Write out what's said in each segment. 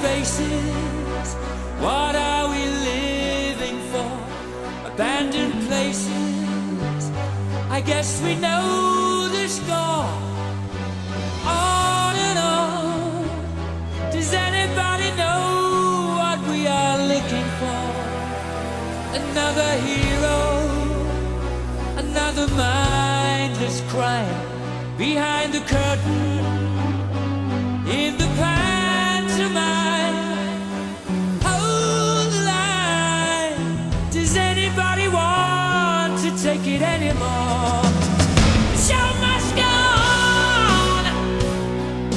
spaces. What are we living for? Abandoned places. I guess we know the score. On and on. Does anybody know what we are looking for? Another hero. Another mindless crime. Behind the curtain. In the pantomime, hold the line. Does anybody want to take it anymore? The show must go on.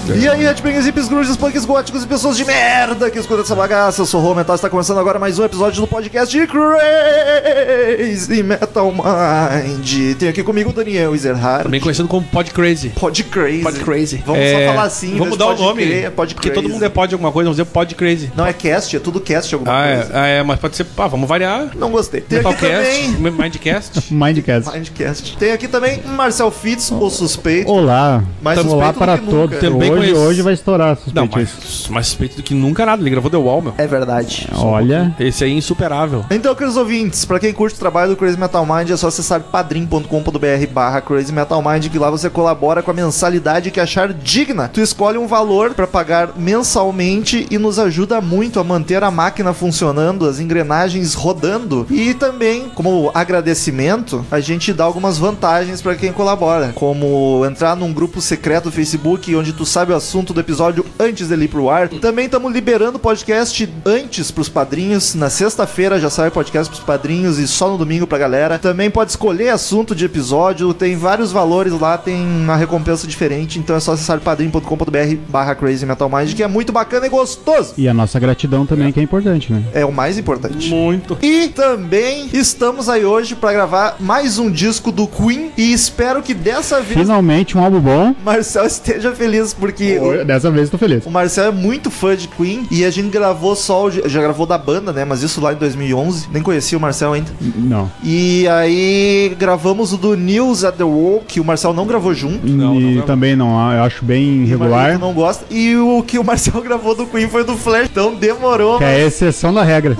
E aí, Headbangers, hippies, grunges, punks, góticos e pessoas de merda que escutam essa bagaça. Eu sou o Rô Metal, está começando agora mais um episódio do podcast de Crazy Metal Mind. Tem aqui comigo o Daniel Ezerhard. Também conhecido como Pod Crazy. Pod Crazy. Pod Crazy. Vamos É, só falar assim, em vez Vamos de mudar o Pod nome. Cra- é Pod porque Crazy. todo mundo é pod alguma coisa, vamos dizer Pod Crazy. Não é cast, é tudo cast alguma Ah, coisa. é, ah, é, mas pode ser. Ah, vamos variar. Não gostei. Tem aqui Metalcast, também... Mindcast. Mindcast. Mindcast. Tem aqui também Marcel Fitz, o suspeito. Olá. Mais Olá suspeito para do que nunca. todos. Também Hoje, conheço- hoje vai estourar Não, suspeitíssimo. mas mais suspeito do que nunca nada. Ele gravou The Wall, meu. É verdade. Olha. Esse aí é insuperável. Então, queridos ouvintes, pra quem curte o trabalho do Crazy Metal Mind, é só acessar padrim.com.br barra Crazy Metal Mind, que lá você colabora com a mensalidade que achar digna. Tu escolhe um valor pra pagar mensalmente e nos ajuda muito a manter a máquina funcionando, as engrenagens rodando. E também, como agradecimento, a gente dá algumas vantagens pra quem colabora, como entrar num grupo secreto do Facebook, onde tu sabe o assunto do episódio antes dele ir pro ar. Também estamos liberando o podcast antes pros padrinhos. Na sexta-feira já sai o podcast pros padrinhos e só no domingo pra galera. Também pode escolher assunto de episódio, tem vários valores lá, tem uma recompensa diferente. Então é só acessar padrim.com.br barra Crazy Metal Mind, que é muito bacana e gostoso. E a nossa gratidão também, que é importante, né? É o mais importante. Muito. E também estamos aí hoje pra gravar mais um disco do Queen e espero que dessa vez Finalmente um álbum bom. o Marcel esteja feliz porque Oi, Dessa vez tô feliz. o Marcel é muito fã de Queen e a gente gravou só o, já gravou da banda, né, mas isso lá em 2011, nem conhecia o Marcel ainda. Não. E aí gravamos o do News at the Wall, que o Marcel não gravou junto. Não, não, e não. também não, ah, eu acho bem Marcelo irregular. não gosta. E o que o Marcel gravou do Queen foi do Flash, então demorou. Que é exceção da regra.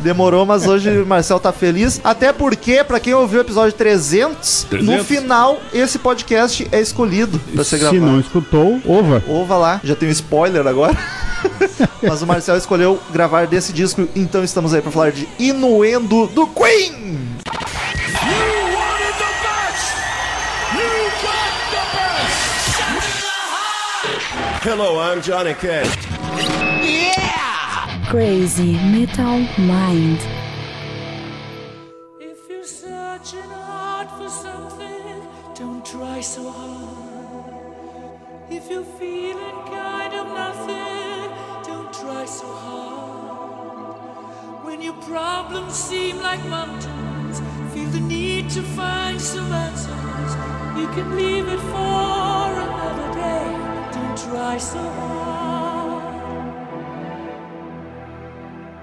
Demorou, mas hoje o Marcel tá feliz. Até porque, pra quem ouviu o episódio 300, 300? no final, esse podcast é escolhido pra ser Se gravado. não escutou, ova. Ouva lá, já tem um spoiler agora. mas o Marcel escolheu gravar desse disco, então estamos aí pra falar de Inuendo do Queen. You wanted the best. You got the best. Shot in the heart. Hello, I'm Johnny Cash. Crazy Metal Mind. If you're searching hard for something, don't try so hard. If you're feeling kind of nothing, don't try so hard. When your problems seem like mountains, feel the need to find some answers. You can leave it for another day. Don't try so hard.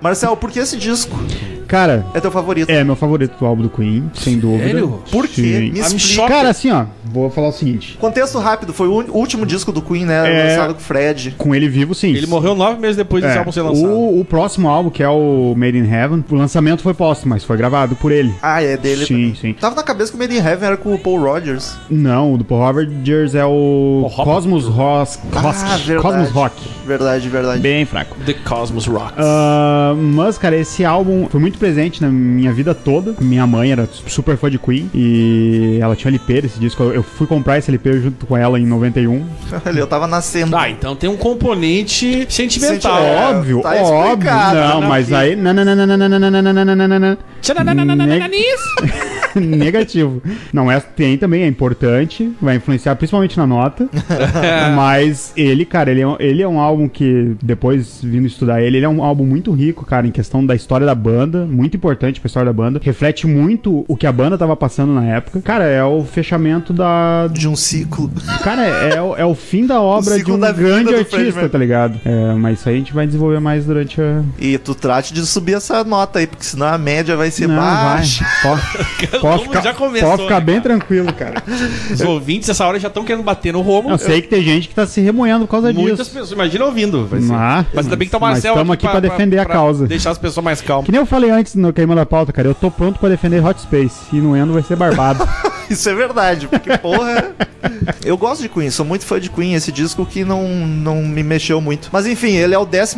Marcel, por que esse disco Cara, é teu favorito? é meu favorito do álbum do Queen, sem dúvida. Sério? Por quê? Sim. Me I'm explica. shocked. Cara, assim, ó, vou falar o seguinte. Contexto rápido, foi o un- último disco do Queen, né? É. Lançado com o Fred. Com ele vivo, sim. Ele morreu nove meses depois desse É, álbum ser lançado. O, o próximo álbum, que é o Made in Heaven, o lançamento foi póstumo, mas foi gravado por ele. Ah, é dele Sim, também. sim. Tava na cabeça que o Made in Heaven era com o Paul Rogers. Não, o do Paul Rogers é o, O Hopper. Cosmos Rock. verdade. Cosmos Rock. Verdade, verdade. Bem fraco. The Cosmos Rocks. Ah, mas, cara, esse álbum foi muito presente na minha vida toda. Minha mãe era super fã de Queen e ela tinha LP desse disco. Eu- Eu fui comprar esse LP junto com ela em 91. Olha, eu tava nascendo. Ah, então tem um componente sentimental. Sentimental. É, óbvio, tá óbvio. explicado, Não, né, mas filho? aí. Não, não, não, não, não, não, não, não, não, não, não, não. Negativo. Não, é, tem também, é importante, vai influenciar principalmente na nota. mas ele, cara, ele é, um- ele é um álbum que, depois vindo estudar ele, ele é um álbum muito rico, cara, em questão da história da banda, muito importante pra história da banda. Reflete muito o que a banda tava passando na época. Cara, é o fechamento da. De um ciclo. Cara, é, o- é o fim da obra de ciclo um da vida grande do Fred artista, Mercury. tá ligado? É, mas isso aí a gente vai desenvolver mais durante a. E tu trate de subir essa nota aí, porque senão a média vai ser Não, baixa. vai. Pode- Pode Romulo ficar, já começou, pode ficar né, bem cara? tranquilo, cara. Os ouvintes essa hora já estão querendo bater no Romulo. Eu sei que tem gente que tá se remoendo por causa Muitas disso. pessoas, imagina ouvindo. vai ser. Ah, mas ainda bem que tá o mas Marcel tamo aqui pra defender a causa. Deixar as pessoas mais calmas. Que nem eu falei antes no Queimando a Pauta, cara. Eu tô pronto pra defender Hot Space. E no Endo vai ser barbado. Isso é verdade, porque porra. eu gosto de Queen, sou muito fã de Queen, esse disco que não, não me mexeu muito. Mas enfim, ele é o 14,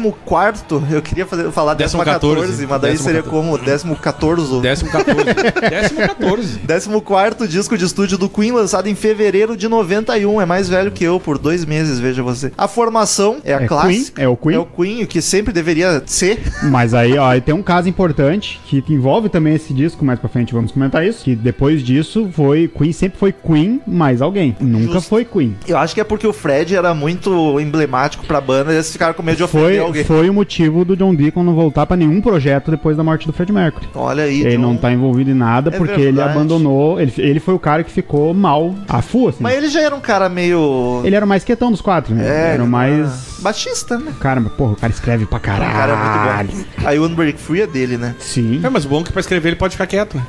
eu queria fazer, falar 14, 14, mas daí décimo seria 14. como 14. Décimo 14. Décimo 14. 14 disco de estúdio do Queen, lançado em fevereiro de 91. É mais velho que eu, por dois meses, veja você. A formação é a É clássica. Queen, é o Queen. É o Queen, o que sempre deveria ser. Mas aí, ó, aí tem um caso importante que envolve também esse disco, mais pra frente vamos comentar isso. Que depois disso foi Queen, sempre foi Queen mais alguém. Nunca Justo. foi Queen. Eu acho que é porque o Fred era muito emblemático pra banda e eles ficaram com medo de ofender Foi, alguém. foi o motivo do John Deacon não voltar pra nenhum projeto depois da morte do Fred Mercury. Olha aí. Ele John. não tá envolvido em nada É porque ele verdade. abandonou. Ele, ele foi o cara que ficou mal a full, assim. Mas ele já era um cara meio. Ele era o mais quietão dos quatro, né? É, Ele era o ele mais. Batista, né? Cara, mas porra, o cara escreve pra O caralho. cara é muito bom. Aí o One Break Free é dele, né? Sim. É, mas o bom é que pra escrever ele pode ficar quieto. né?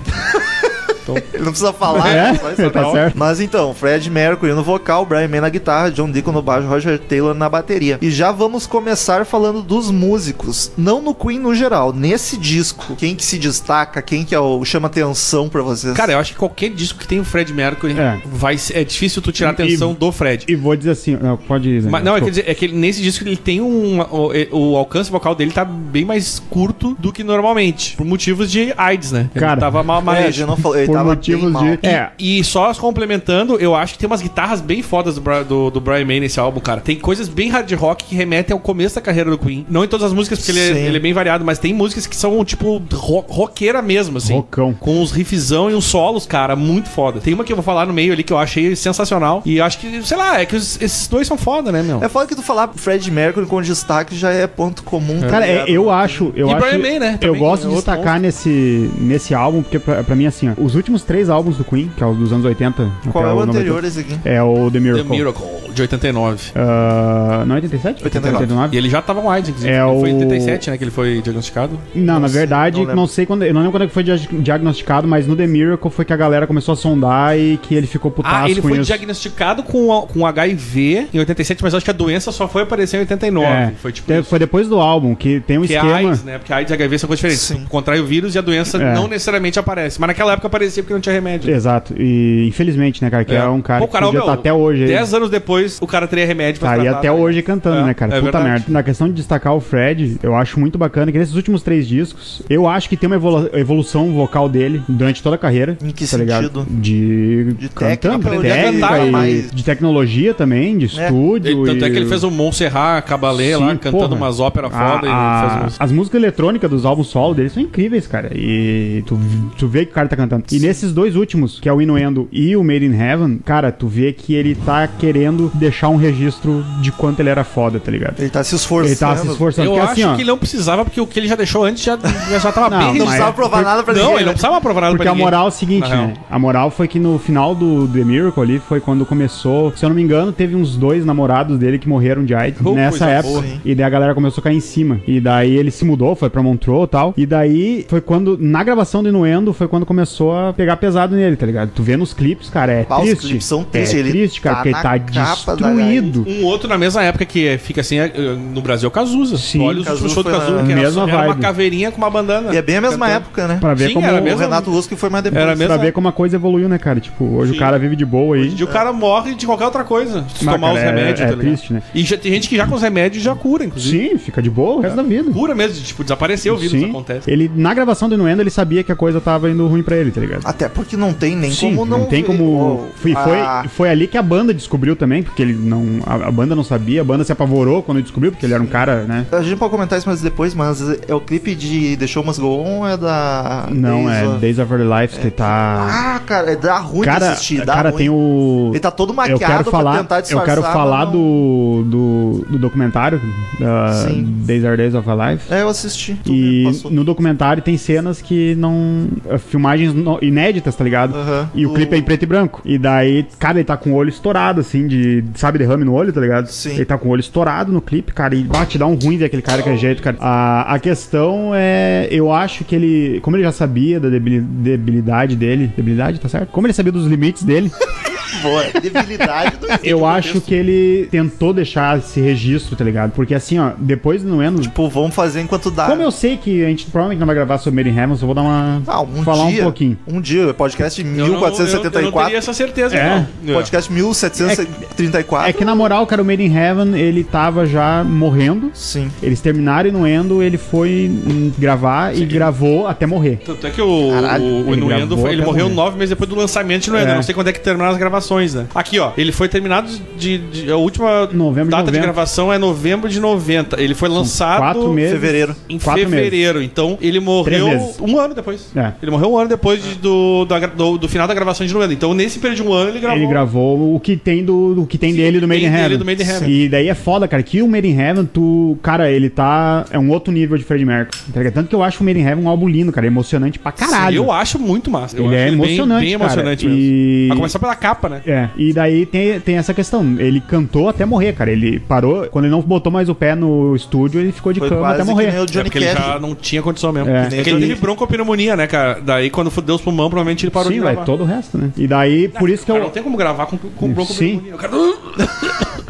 Ele não precisa falar, É, só isso, tá não. certo. Mas então, Fred Mercury no vocal, Brian May na guitarra, John Deacon no baixo, Roger Taylor na bateria. E já vamos começar falando dos músicos, não no Queen no geral, nesse disco. Quem que se destaca, quem que é o chama atenção pra vocês? Cara, eu acho que qualquer disco que tem o Fred Mercury É. vai ser- é difícil tu tirar a atenção E- do Fred. E vou dizer assim, não, pode dizer. Mas, não, é que, desculpa. dizer, é que ele- nesse disco ele tem um. O, e- o alcance vocal dele tá bem mais curto do que normalmente. Por motivos de AIDS, né? Ele Cara, tava mal é, manejado. já não falei, ele por tava bem motivos mal. de. É, E só as complementando, eu acho que tem umas guitarras bem fodas do, Bri- do, do Brian May nesse álbum, cara. Tem coisas bem hard rock que remetem ao começo da carreira do Queen. Não em todas as músicas, porque ele, Sim. é- ele é bem variado, mas tem músicas que são, tipo, ro roqueira mesmo, assim. Rockão. Com uns riffzão e uns solos, cara, muito foda. Tem uma que eu vou falar no meio ali que eu achei sensacional. E eu acho que, sei lá, é que os- esses dois são foda, né, meu? É foda que tu falar Fred Mercury com destaque já é ponto comum. tá Cara, é- ligado? eu acho. Eu E acho, Brian May, né, Eu também, gosto é de outro destacar nesse, nesse álbum, porque pra, pra mim, assim, ó, os últimos três álbuns do Queen, que é os dos anos 80. Qual até é o 90, anterior esse aqui? É o The The Miracle. Miracle, de 89. Ah, não, 87? 89. E ele já tava com AIDS, inclusive. É Ele Foi em o- 87, né, que ele foi diagnosticado. Não, na sei, verdade, não não, lembro. sei quando. Eu não lembro quando é que foi dia- diagnosticado, mas no The Miracle foi que a galera começou a sondar e que ele ficou putaço Ah, ele com foi isso. diagnosticado com, a- com HIV em 87, mas eu acho que a doença só foi aparecer em 89. É, Foi tipo. te- isso. foi depois do álbum, que tem um Que é a esquema. AIDS, né? Porque a AIDS e HIV são coisas diferentes. Sim. Tu Contrai o vírus e a doença É. não necessariamente aparece. Mas naquela época aparecia porque não tinha remédio. Exato. E infelizmente, né, cara, que é, um cara Pô, que podia meu, tá até hoje aí. 10 anos depois, o cara teria remédio pra Tá aí tratar, até né? hoje cantando, É, né, cara? é Puta verdade. merda. Na questão de destacar o Fred, eu acho muito bacana que nesses últimos três discos, eu acho que tem uma evolu- evolução vocal dele durante toda a carreira. Em que tá ligado? sentido? De, De cantando, técnica, técnica, aprender a cantar e mais. de tecnologia também, de É. estúdio. Ele- tanto e- é que ele fez o Montserrat Cabalé lá, Sim, cantando porra. umas óperas A- foda e a- fez uns... As músicas eletrônicas dos álbuns solo dele são incríveis, cara. E tu, tu vê que o cara tá cantando. E nesses dois últimos, que é o Inuendo e o Made in Heaven, cara, tu vê que ele tá querendo deixar um registro de quanto ele era foda, tá ligado? Ele tá se esforçando. Ele tá se esforçando. Eu porque acho assim, ó, que ele não precisava, porque o que ele já deixou antes já, já tava Não, bem... mas- é Não precisava provar nada pra Não, ninguém. ele não né? precisava provar nada Porque pra a ninguém. moral é o seguinte, Na né? real. A moral foi que no final do The Miracle ali foi quando começou. Se eu não me engano, teve uns dois namorados dele que morreram de AIDS Oh, nessa coisa época. boa, hein? e daí a galera começou a cair em cima. E daí ele se mudou, foi pra Montreux e tal. E daí foi quando, na gravação do Inuendo, foi quando começou a pegar pesado nele, tá ligado? Tu vê nos clipes, cara, é Ah, os triste. clipes são tristes, É ele triste, cara, tá porque ele na tá capa da destruído. Um outro na mesma época que fica assim, é, é, no Brasil, é o Cazuza. Sim. Olha os Cazuza últimos shows do foi na Cazuza, que era, mesma só- era uma vibe. caveirinha com uma bandana. E é bem a mesma Cantando. época, né? Pra ver Sim, como... era O mesmo. Renato Russo que foi mais depois. Era mesmo. Pra ver como a coisa evoluiu, né, cara? Tipo, hoje Sim. o cara vive de boa aí. Hoje em dia o cara morre de qualquer outra coisa. Se Mas, tomar cara, os é- remédios, é tá ligado? triste, né? E já, tem gente que já com os remédios já cura, inclusive. Sim, fica de boa o resto da vida. Cura mesmo, de, tipo, desapareceu o vírus, Sim. acontece. Ele, na gravação do Inuendo, ele sabia que a coisa tava indo ruim pra ele, tá ligado? Até porque não tem nem Sim, Assim como não, não. tem ver. como. Oh, Foi, foi, a- foi ali que a banda descobriu também, porque ele não. A, a banda não sabia, a banda se apavorou quando ele descobriu, porque ele era um cara, né? A gente pode comentar isso mais depois, mas é o clipe de The Show Must Go On é da. Não, Days é of- Days of Our Lives que tá. Ah, cara, é dá ruim de Cara, assistir. Dá cara ruim. tem o. Ele tá todo eu maquiado quero falar, pra tentar eu disfarçar. quero mas falar não- do, do, do documentário da Sim. Days Are Days of Our Lives. É, eu assisti. tu E me passou. no documentário tem cenas que não. eh, filmagens no- inéditas, tá ligado? Aham. E o O- clipe é em preto e branco. E daí, cara, ele tá com o olho estourado, assim, de, ele sabe derrame no olho, tá ligado? Sim. Ele tá com o olho estourado no clipe, cara, e bate, dá um ruim ver aquele cara que é jeito, cara. A, a questão é, eu acho que ele, como ele já sabia da debili- debilidade dele, debilidade, tá certo? Como ele sabia dos limites dele, Boa. Debilidade do eu acho que ele tentou deixar esse registro, tá ligado? Porque assim, ó, depois não é no... Tipo, vamos fazer enquanto dá. Como eu sei que a gente provavelmente não vai gravar sobre Mary Hamilton, eu vou dar uma... Ah, um falar dia. um pouquinho. Um dia, podcast Eu não- Eu, eu não 1474. teria essa certeza, É, não. podcast É 1734. que na moral, cara, o Made in Heaven, ele tava já morrendo. Sim. Eles terminaram Inuendo, ele foi hum, gravar e gravou até morrer. Tanto é que o, Caralho, o, o ele Inuendo, gravou foi- ele, até morreu morrer. nove meses depois do lançamento de Inuendo. tá É. Eu Não sei quando é que terminaram as gravações, né? Aqui, ó, ele foi terminado de... de- a última Novembro de data de 90. gravação é novembro de 90. Ele foi lançado... Quatro meses. Fevereiro. Em Quatro fevereiro, então ele morreu Três meses. um ano depois. É. Ele morreu um ano depois de- do, da gra- do, do final da gravação de Inuendo. Então, nesse período de um ano, ele gravou. Ele gravou o que tem do o que tem Sim, dele do Made in tem dele Heaven. do Made in Heaven. E daí é foda, cara, que o Made in Heaven, tu, cara, ele tá é um outro nível de Freddie Mercury. tá ligado? Tanto que eu acho o Made in Heaven um álbum lindo, cara, é emocionante pra caralho. Eu acho muito massa. Eu Ele acho é bem- emocionante, Bem, cara. emocionante E- mesmo. A começar pela capa, né? É, e daí tem, tem essa questão. Ele cantou até morrer, cara. Ele parou. Quando ele não botou mais o pé no estúdio, ele ficou de Foi cama até quase que morrer. nem o É Johnny porque ele Cash. já não tinha condição mesmo. É. É. que ele teve broncopneumonia, né, cara? Daí quando fudeu os pulmão, provavelmente ele parou Sim, de vai, gravar. todo o resto, né? E daí, por isso que Cara, eu. não tem como gravar com, com broncopneumonia. O cara-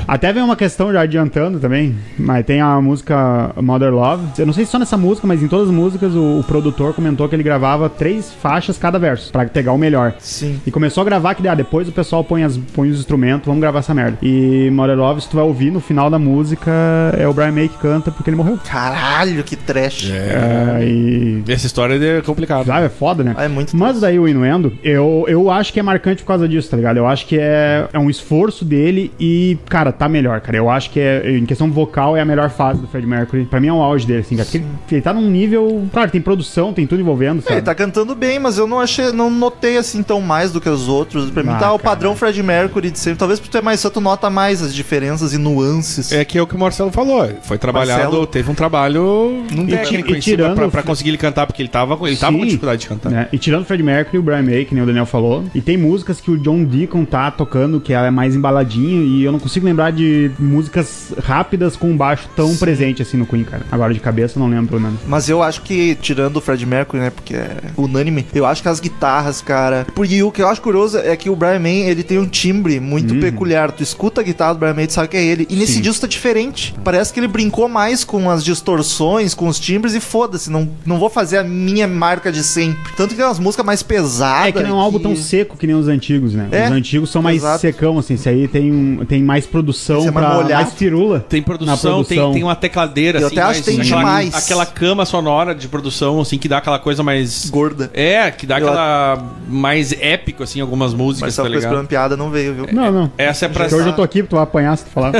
Até vem uma questão já adiantando também, mas tem a música Mother Love. Eu não sei se só nessa música, mas em todas as músicas o, o produtor comentou que ele gravava três faixas cada verso pra pegar o melhor. Sim. E começou a gravar que ah, depois o pessoal põe, as, põe os instrumentos, vamos gravar essa merda. E Mother Love, se tu vai ouvir no final da música, é o Brian May que canta porque ele morreu. Caralho, que trash. É, e. Essa história é complicada. Sabe, é foda, né? Ah, é muito Mas daí o Inuendo, eu, eu acho que é marcante por causa disso, tá ligado? Eu acho que é, é um esforço dele e, cara, tá melhor, cara. Eu acho que é, em questão vocal é a melhor fase do Fred Mercury. Pra mim é um auge dele, assim, cara. Porque ele, ele tá num nível. Claro, tem produção, tem tudo envolvendo, É, sabe? Ele tá cantando bem, mas eu não achei, não notei assim tão mais do que os outros. Pra mim Ah, tá o cara. padrão Fred Mercury de sempre. Talvez por tu é mais santo, nota mais as diferenças e nuances. É que é o que o Marcelo falou. Foi trabalhado, Marcelo- teve um trabalho Num técnico técnico, em e cima tirando- pra, pra conseguir ele cantar, porque ele tava, com- ele tava com Sim. dificuldade de cantar. Né? E tirando o Fred Mercury, o Brian May, que nem o Daniel falou. E tem músicas que o John Deacon tá tocando, que ela é mais embaladinha, e eu não consigo lembrar de músicas rápidas com um baixo tão presente assim no Queen, cara. Agora de cabeça eu não lembro, né? Mas eu acho que, tirando o Fred Mercury, né, porque é unânime, eu acho que as guitarras, cara... Porque o que eu acho curioso é que o Brian May, ele tem um timbre Uhum. muito peculiar. Tu escuta a guitarra do Brian May, tu sabe que é ele. E nesse disco tá diferente. Parece que ele brincou mais com as distorções, com os timbres, e foda-se, não, não vou fazer a minha marca de sempre. Tanto que tem umas músicas mais pesadas. É que não é um álbum tão seco que nem os antigos, né? É, os antigos são mais exato. secão, assim. Esse aí tem, um, tem mais produção, Esse é mais pra, molhado. mais pirula. Tem produção, Na produção. Tem, tem uma tecladeira, Eu assim, até acho que tem aquela, demais. aquela cama sonora de produção, assim, que dá aquela coisa mais. Gorda. É, que dá Eu- aquela mais épico, assim, algumas músicas, Mas só tá ficou ligado? esperando piada, não veio, viu? Não, não. Essa é pra. Porque hoje eu tô aqui, tu vai apanhar se tu falar.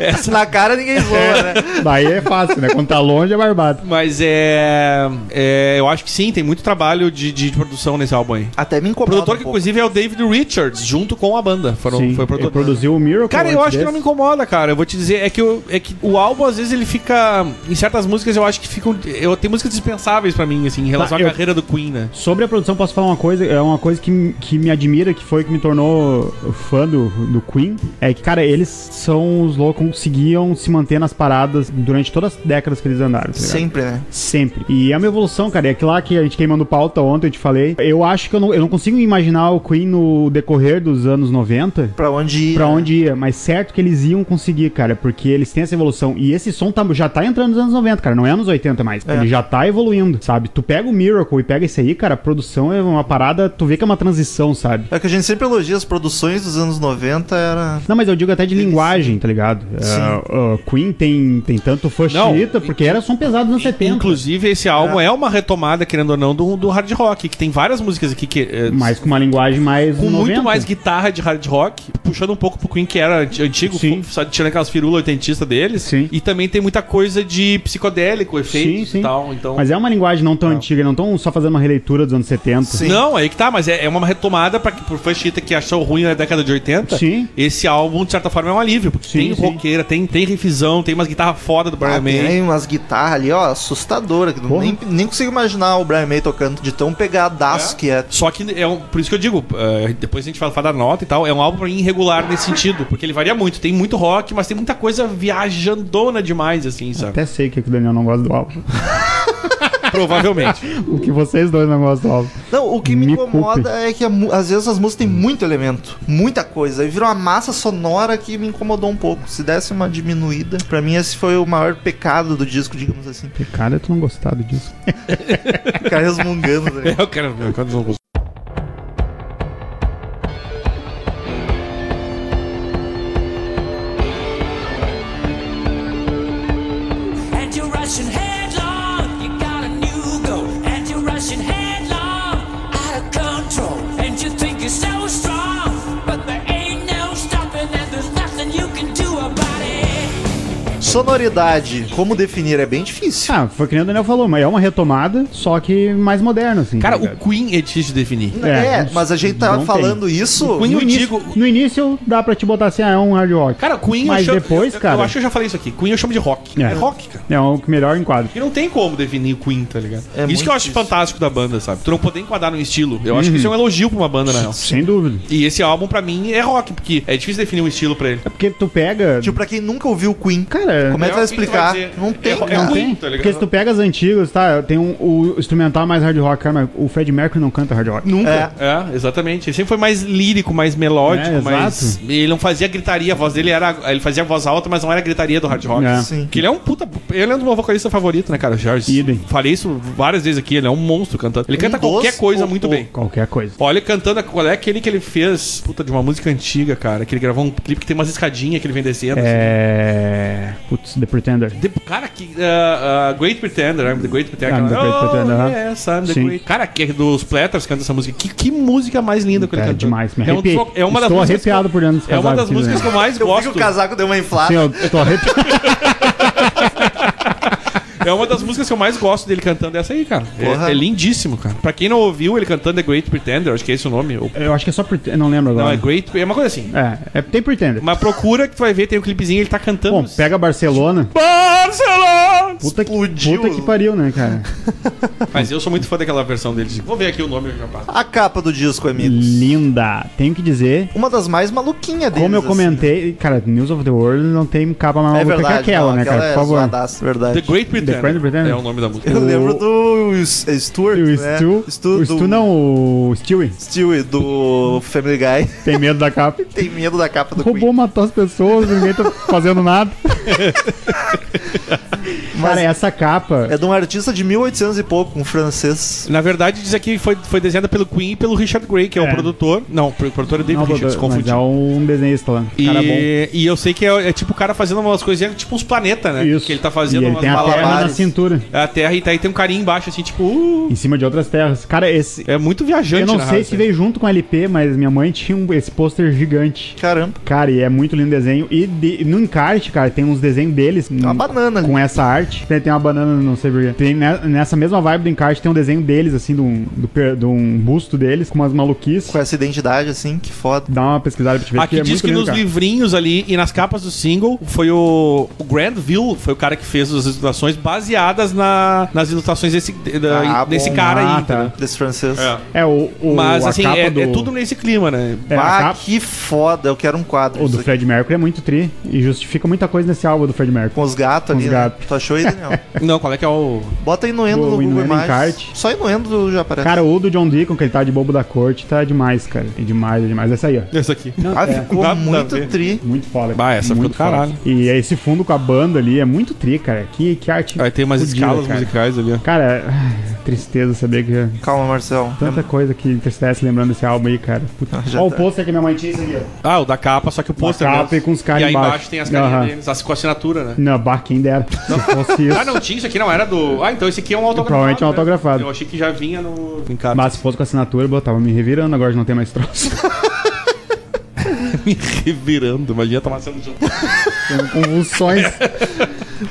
essa- Na cara ninguém zoa, né? Daí é fácil, né? Quando tá longe é barbado. Mas é, é, Eu acho que sim, tem muito trabalho de, de produção nesse álbum aí. Até me O incomoda produtor um que, pouco. inclusive, é o David Richards, junto com a banda. Foram, Sim, foi o ele produtor. produziu o Miracle. Cara, eu antes acho que não me desse. incomoda, cara. Eu vou te dizer, é que, eu- é que o álbum, às vezes, ele fica. Em certas músicas, eu acho que ficam. Eu tenho músicas dispensáveis pra mim, assim, em relação à Tá, eu- carreira do Queen, né? Sobre a produção, posso falar uma coisa? É uma coisa que, que me admira, que foi que me tornou fã do, do Queen. É que, cara, eles são os loucos que conseguiam se manter nas paradas durante todas as décadas que eles andaram. tá ligado? Sempre, né? Sempre. E é uma evolução, cara. É aquilo lá que a gente queimando pauta ontem, eu te falei. Eu acho que eu não, eu não consigo imaginar o Queen no decorrer dos anos 90 Pra onde ir. pra É. né? onde ia, mas certo que eles iam conseguir, cara, porque eles têm essa evolução. E esse som tá- já tá entrando nos anos 90, cara, não é anos 80 mais. Ele já tá evoluindo, sabe? Tu pega o Miracle e pega esse aí, cara, a produção é uma parada, tu vê que é uma transição, sabe? É que a gente sempre elogia as produções dos anos 90, era. Não, mas eu digo até de linguagem, tá ligado? Ah, ah, Queen tem, tem tanto fã Não, xiita, porque era som pesado nos anos 70. Inclusive, esse álbum é. uma retomada, querendo ou não, do, do hard rock, que tem várias músicas aqui que. é, Mas com uma linguagem mais. com 90. muito mais guitarra de hard rock, puxando um pouco pro Queen que era anti- antigo, Sim. fu- só tirando aquelas firulas oitentistas deles. Sim. E também tem muita coisa de psicodélico, efeitos sim. e tal. Então. Mas é uma linguagem não tão antiga, não tão só fazendo uma releitura dos anos 70. Sim. Não, aí que tá, mas é, é uma retomada para pro fã chita que achou ruim na década de 80. Sim. Esse álbum, de certa forma, é uma alívio, porque Sim, tem sim. roqueira, tem, tem rifizão, tem umas guitarras foda do Brian Ah, May. tem umas guitarras ali, ó, assustadora. Que Porra. nem, nem consigo imaginar o Brian May tocando de tão pegadaço É. que é. Só que é um, por isso que eu digo, eh, depois a gente fala, fala da nota e tal, é um álbum pra mim irregular nesse sentido, porque ele varia muito. Tem muito rock, mas tem muita coisa viajandona demais, assim, sabe? Até sei que, o Daniel não gosta do álbum. Provavelmente. o que vocês dois não gostam do álbum. Não, o que me, Me incomoda é que a mu- às vezes as músicas têm muito elemento, muita coisa. E virou uma massa sonora que me incomodou um pouco. Se desse uma diminuída, pra mim esse foi o maior pecado do disco, digamos assim. Pecado é tu não gostar do disco. Ficar resmungando. tá ligado? eu quero ver quantos álbuns. And you're rushing headlong, you got a new goal. And you're rushing headlong, out of control. And you think you're so strong, but there ain't no stopping, and there's nothing you can do about it. Sonoridade, como definir? É bem difícil. Ah, foi que nem o Daniel falou, mas é uma retomada, só que mais moderna, assim. Cara, tá o ligado? Queen é difícil de definir. é, não- mas a gente tá não tem. falando isso. Queen- no, eu início, digo- no início dá pra te botar assim, ah, é um hard rock. Cara, Queen Mas eu chamo, depois, eu, cara- Eu acho que eu já falei isso aqui. Queen eu chamo de rock. É, É. rock, cara. É o que melhor enquadra. E não tem como definir o Queen, tá ligado? É isso muito que eu acho difícil. fantástico da banda, sabe? Tu não poder enquadrar no estilo. Eu acho que isso é um elogio pra uma banda, na real. Sem dúvida. E esse álbum, pra mim, é rock, porque é difícil definir um estilo pra ele. É porque tu pega. Tipo, pra quem nunca ouviu o Queen, cara, como é que vai o que que tu explicar? vai dizer? não tem, É- é cara. não ruim, tem. tá ligado? porque se tu pega as antigas, tá? Tem um, o instrumental mais hard rock, cara, mas o Fred Mercury não canta hard rock. Nunca. É. É, exatamente. Ele sempre foi mais lírico, mais melódico, É, mais. exato. Ele não fazia gritaria, a voz dele era. Ele fazia voz alta, mas não era a gritaria do hard rock. É. Sim. Que ele é um puta. Ele é um dos meus vocalistas favoritos, né, cara? Jarvis. Idem. Falei isso várias vezes aqui, ele é um monstro cantando. Ele Um canta dos- qualquer coisa o- muito o- bem. Qualquer coisa. Olha, ele cantando, qual é aquele que ele fez? Puta, de uma música antiga, cara. Que ele gravou um clipe que tem umas escadinhas que ele vem descendo. assim. É. Putz, The Pretender. De- Cara, que. ah, ah, Great Pretender, I'm the Great Pretender. I'm Ah, the Great Pretender, oh, aham. yes, I'm the Sim. Great. Cara, que é dos Platters canta essa música. Que, que música mais linda que ele É canta. demais, me é, um dos- arrepiei. é uma das Estou músicas que- arrepiado por dentro dos É uma das casacos, músicas né? que eu mais Eu vi que gosto. o casaco deu uma inflada. Sim, eu tô arrepiado. É uma das músicas que eu mais gosto dele cantando é essa aí, cara. Porra. É, é lindíssimo, cara. Pra quem não ouviu ele cantando The Great Pretender, acho que é esse o nome. ou- Eu acho que é só Pretender. Não lembro agora. Não, é Great. É uma coisa assim. É, é, tem Pretender. Mas procura que tu vai ver, tem um clipezinho, ele tá cantando. Bom, pega Barcelona. Barcelona! Puta que, Explodiu. puta que pariu, né, cara? Mas eu sou muito fã daquela versão dele. Vou ver aqui o nome eu já passo. A capa do disco, amigos. Linda. Tenho que dizer, Uma das mais maluquinhas deles. como eu assim. comentei, cara, News of the World não tem capa mais É maluca verdade, que aquela, não, né, cara? aquela é Por favor. zoadaça, verdade. The Great Pretender. Great Pretender. É o nome da música. Eu O- lembro do S- é Stuart, o né? Stu, o Stu do- não, o Stewie, Stewie, do Family Guy. tem medo da capa. Tem medo da capa do Roubou, matou as pessoas, ninguém tá fazendo nada. Queen. Mas Cara, essa capa... é de um artista de 1800 e pouco, um francês. Na verdade, diz aqui que foi, foi desenhada pelo Queen e pelo Richard Gray, que é, o É. produtor. Não, o produtor é David Não, Richards, vou- mas confundi. é um desenhista lá. Cara bom. E, e eu sei que é, é tipo o cara fazendo umas coisinhas, tipo uns planetas, né? Isso. Que ele tá fazendo e ele umas tem a perna na malabares. cintura, A terra e tá aí tem um carinha embaixo, assim, tipo. uh, em cima de outras terras. Cara, esse... é muito viajante, assim. Eu não na sei raça. se veio junto com o LP, mas minha mãe tinha um, esse pôster gigante. Caramba. Cara, e é muito lindo o desenho. E de- no encarte, cara, tem uns desenhos deles. Tem uma banana ali. Com essa arte. Tem, tem uma banana, não sei porquê. Tem ne- nessa mesma vibe do encarte, tem um desenho deles, assim, de um, do per- de um busto deles, com umas maluquices. Com essa identidade, assim, que foda. Dá uma pesquisada pra te ver, é Aqui diz que nos cara. livrinhos ali e nas capas do single foi o, o Grandville, foi o cara que fez as ilustrações baseadas na- nas ilustrações desse, da- Ah, desse bom. cara aí. Ah, entendeu? tá. Desse francês. É. É, o, o- Mas a assim, capa é, do, é tudo nesse clima, né? É, a Ah, capa- que foda. Eu quero um quadro. O disso do aqui. Fred Mercury é muito tri. E justifica muita coisa nesse álbum do Fred Mercury. Com os gatos Com ali. os né? gatos. Tu achou aí, Daniel? Não, qual é que é o. Bota Inuendo O no Google Inuendo Imagens. encarte. Só Inuendo já aparece. Cara, o do John Deacon, que ele tá de bobo da corte, tá demais, cara. É demais, é demais. Essa aí, ó. Esse aqui. ah, é. ficou Dá pra muito ver. tri. Muito foda. Bah, essa muito ficou do foda. E é esse fundo com a banda ali é muito tri, cara. Que, que arte. Aí tem umas fodida, escalas cara. musicais ali, ó. Cara, tristeza saber que. Calma, Marcel. Tanta É. coisa que entristece lembrando desse álbum aí, cara. Puta. já Ó, o tá. pôster que minha mãe tinha isso aqui, ó. Ah, o da capa, só que o pôster. capa mesmo. e com os caras E aí embaixo, embaixo. tem as carinhas Aham. deles, as- com a assinatura, né? Não, bah, quem dera. Se fosse isso. Ah, não tinha, isso aqui não era do. Ah, então esse aqui é um autografado. Provavelmente é um né? autografado. Eu achei que já vinha no. Mas se fosse com assinatura, eu tava me revirando, agora já não tem mais troço. Me revirando, imagina tomar sendo junto. um, Tenho convulsões.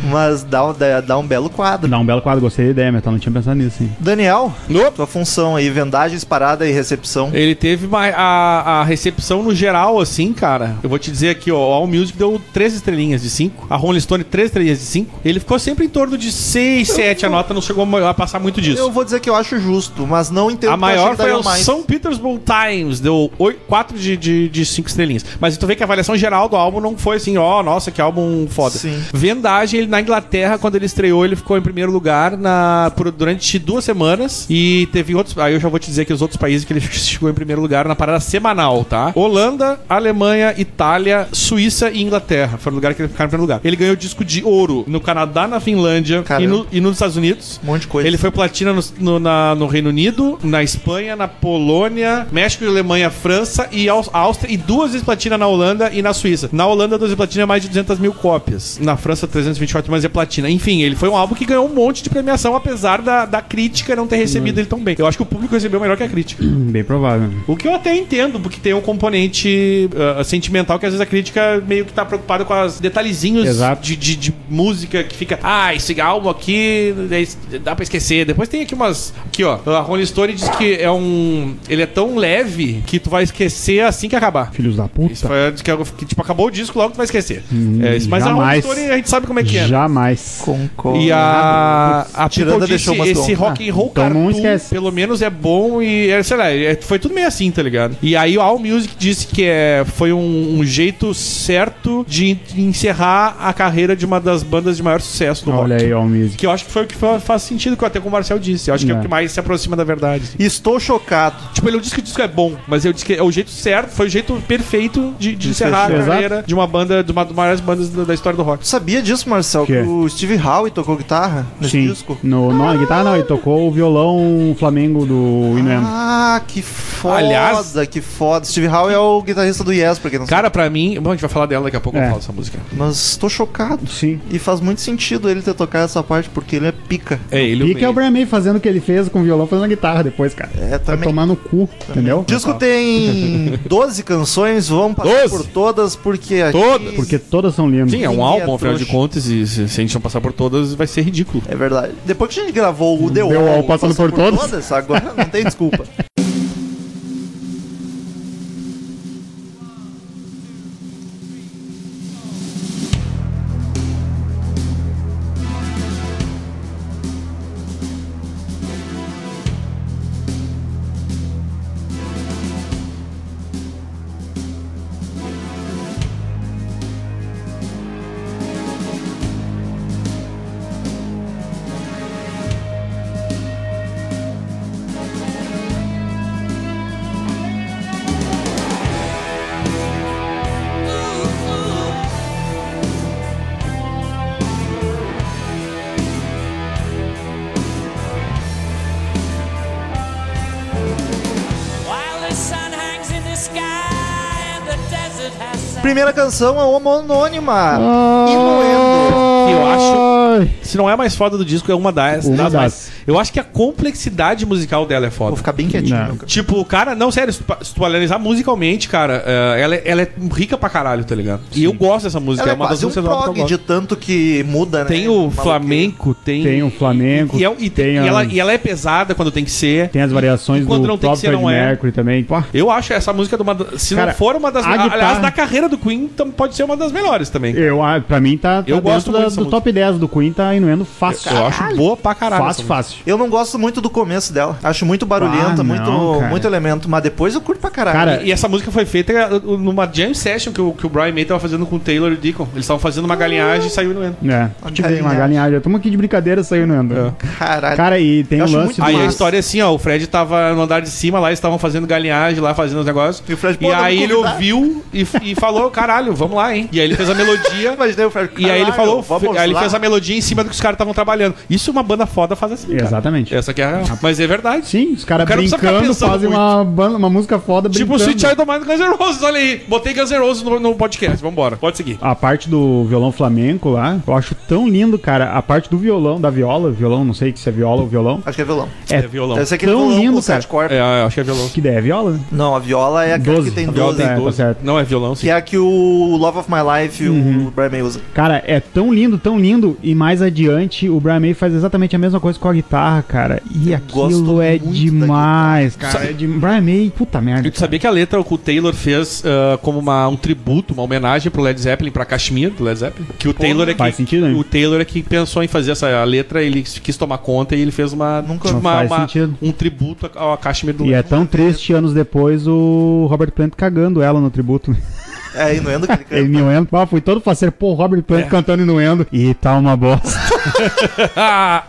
Mas dá, um- dá, dá um belo quadro. Dá um belo quadro, gostei da ideia, Metal, não tinha pensado nisso, hein? Daniel, Nope. tua função aí, vendagens, parada e recepção. Ele teve uma, a, a recepção no geral, assim, cara. Eu vou te dizer aqui, ó. O All Music deu três estrelinhas de 5. A Rolling Stone, três estrelinhas de 5. Ele ficou sempre em torno de 6, 7. A nota não chegou a passar muito Eu disso. vou dizer que eu acho justo, mas não entendo A porque eu achei maior um que foi daria o São Petersburg Times, deu 4 de 5 de, de cinco estrelinhas. Mas tu vê que a avaliação geral do álbum não foi assim, ó, nossa, que álbum foda. Sim. Vendagem, ele na Inglaterra, quando ele estreou, ele ficou em primeiro lugar na, por- durante duas semanas. E teve outros. Aí eu já vou te dizer aqui os outros países que ele chegou em primeiro lugar na parada semanal, tá? Holanda, Alemanha, Itália, Suíça e Inglaterra. Foi o lugar que ele ficou em primeiro lugar. Ele ganhou disco de ouro no Canadá, na Finlândia e, Caramba. no- e nos Estados Unidos. Um monte de coisa. Ele foi platina no, no- na- no Reino Unido, na Espanha, na Polônia, México, Alemanha, França e Aus- Áustria. E duas vezes platina na Holanda e na Suíça. Na Holanda, duas vezes platina, mais de 200 mil cópias. Na França, 324 mais é platina. Enfim, ele foi um álbum que ganhou um monte de premiação, apesar da, da crítica não ter recebido ele tão bem. Eu acho que o público recebeu melhor que a crítica. Hum, Bem provável. O que eu até entendo, porque tem um componente ah, sentimental que às vezes a crítica meio que tá preocupada com os detalhezinhos Exato. de, de- de música que fica, ah, esse álbum aqui é- dá pra esquecer. Depois tem aqui umas. Aqui, ó. A Rolling Stone diz que é um. Ele é tão leve que tu vai esquecer assim que acabar. Filhos da puta. Isso foi, diz que, que, tipo, acabou o disco, logo tu vai esquecer. é, isso, mas Hum, jamais. a Rolling Stone a gente sabe como é que é. né? Jamais. Concordo. E a, a Tiranda People deixou disse, umas esse bom. rock and roll então não cartoon, esquece. pelo menos é bom e, é, sei lá, é- foi tudo meio assim, tá ligado? E aí o All Music disse que é, foi um, um jeito certo de en- encerrar a carreira de uma das bandas de maior sucesso do Olha rock. aí, ó, o Music. Que eu acho que foi o que fa- faz sentido, que até como o Marcel disse. Eu acho que é o É. que mais se aproxima da verdade. assim. Estou chocado. Tipo, ele não disse que o disco é bom, mas eu disse que é o jeito certo, foi o jeito perfeito de, de encerrar a fechar. carreira de uma banda, de uma das maiores bandas da, da história do rock. Tu sabia disso, Marcel? Que, Quê? o Steve Howe tocou guitarra nesse é? Sim. disco? No, não, a guitarra não, ele tocou o violão Flamengo do Inuendo. Ah, que foda, Aliás- que foda. Steve Howe é o guitarrista do Yes, pra quem não Cara, pra mim. Bom, a gente vai falar dela daqui a pouco, eu É. falo dessa música. sabe. Mas tô chocado. Sim. E faz muito sentido ele ter tocado essa parte, porque ele é pica. É, ele E que é o Brian May fazendo o que ele fez com o violão, fazendo a guitarra depois, cara. É, Vai também. tomar no cu, entendeu? O disco tem 12 canções, vamos passar Doze. por todas, porque aqui... Todas. Porque todas são lindas. Sim, é um Ninguém álbum, é afinal de trouxa. contas, e se, se a gente não passar por todas, vai ser ridículo. É verdade. Depois que a gente gravou o The Wall Wall, passando por todas. agora não tem desculpa. While the sun hangs in the sky and the desert has sand. Primeira canção é uma anônima. Ah. Inuendo. Eu acho- Ai. Se não é a mais foda do disco, é uma das. Uma das, das. mais- Eu acho que a complexidade musical dela é Vou foda. ficar bem quietinho. Não. meu cara. Tipo, o cara, não, sério, se tu pa- se tu analisar musicalmente, cara, eh, ela, é- ela é rica pra caralho, tá ligado? E eu gosto dessa música, Ela é é uma das quase um músicas do álbum que eu prog de gosto. tanto que muda, né? Tem o Maluqueiro. flamenco, tem. Tem o Flamengo. E, é- e- tem, e a- ela, e ela é pesada quando tem que ser. tem as variações Enquanto do não tem que próprio ser, Fred não é. Mercury também. Pô, Eu acho essa música de uma. da- Se Cara, não for uma das. a Aliás, guitarra- da carreira do Queen, então pode ser uma das melhores também. eu, ah, pra mim tá, tá Eu gosto muito da- dessa do top 10 do Queen, tá Inuendo fácil. Eu acho boa pra caralho. essa fácil, música. fácil. Eu não gosto muito do começo dela. Acho muito barulhenta, Ah, não, muito, cara. muito elemento. Mas depois eu curto pra caralho. Cara, E essa música foi feita eh, numa jam session que o, que o Brian May tava fazendo com o Taylor e o Deacon. Eles estavam fazendo Ah. uma galinhagem e saiu no É, tipo, uma galinhagem. galinhagem. Tamo aqui de brincadeira, saiu Inuendo. É. caralho. Cara, e tem Eu um acho lance muito Aí a Mas- história é assim, ó, o Fred tava no andar de cima lá, eles estavam fazendo galinhagem lá, fazendo os negócios. E o Fred, pô, tá e não me aí ele convidaram. ouviu e, e falou, caralho, vamos lá, hein. E aí ele fez a melodia, Imaginei o Fred, e aí ele "Caralho, falou, vamos aí ele lá." fez a melodia melodia em cima do que os caras estavam trabalhando. Isso uma banda foda faz assim. cara. Exatamente. Essa que é a real. Mas é verdade. Sim, os O caras cara não precisa ficar brincando pensando fazem muito. uma, banda- uma música foda Tipo o brincando. Sweet Child of Mine Guns N' Roses, olha aí. Botei Guns N' Roses no, no podcast. Vambora. Pode seguir. A parte do violão flamenco lá, eu acho tão lindo, cara. A parte do violão, da viola, violão, não sei se é viola ou violão. Acho que é violão. É violão. Deve ser aquele tão violão lindo, com sete cara. cordas. É, eu acho que é violão. Que ideia é viola? né? Não, a viola é aquela Doze. que tem A viola 12. tem É, tá 12. certo. Não é violão, sim. Que é a que o Love of My Life, Uhum. o Brian May usa. Cara, é tão lindo, tão lindo. E mais adiante, o Brian May faz exatamente a mesma coisa com a guitarra, cara. E gosto aquilo é muito da demais, cara. É de... Brian May, puta merda. E tu sabia que a letra o Taylor fez ah, como uma, um tributo, uma homenagem pro Led Zeppelin, pra Kashmir do Led Zeppelin? Que o Taylor é faz que, sentido, né? hein? O Taylor é que pensou em fazer essa letra, ele quis tomar conta e ele fez uma, Nunca- tipo, Não uma, faz uma- sentido. um tributo ao Kashmir do E Led é tão triste, anos depois, o Robert Plant cagando ela no tributo. É Inuendo que ele Ele canta. É. Inuendo. Ah, fui todo faceiro, pô, o Robert Plant cantando Inuendo. E tá uma bosta. Ah,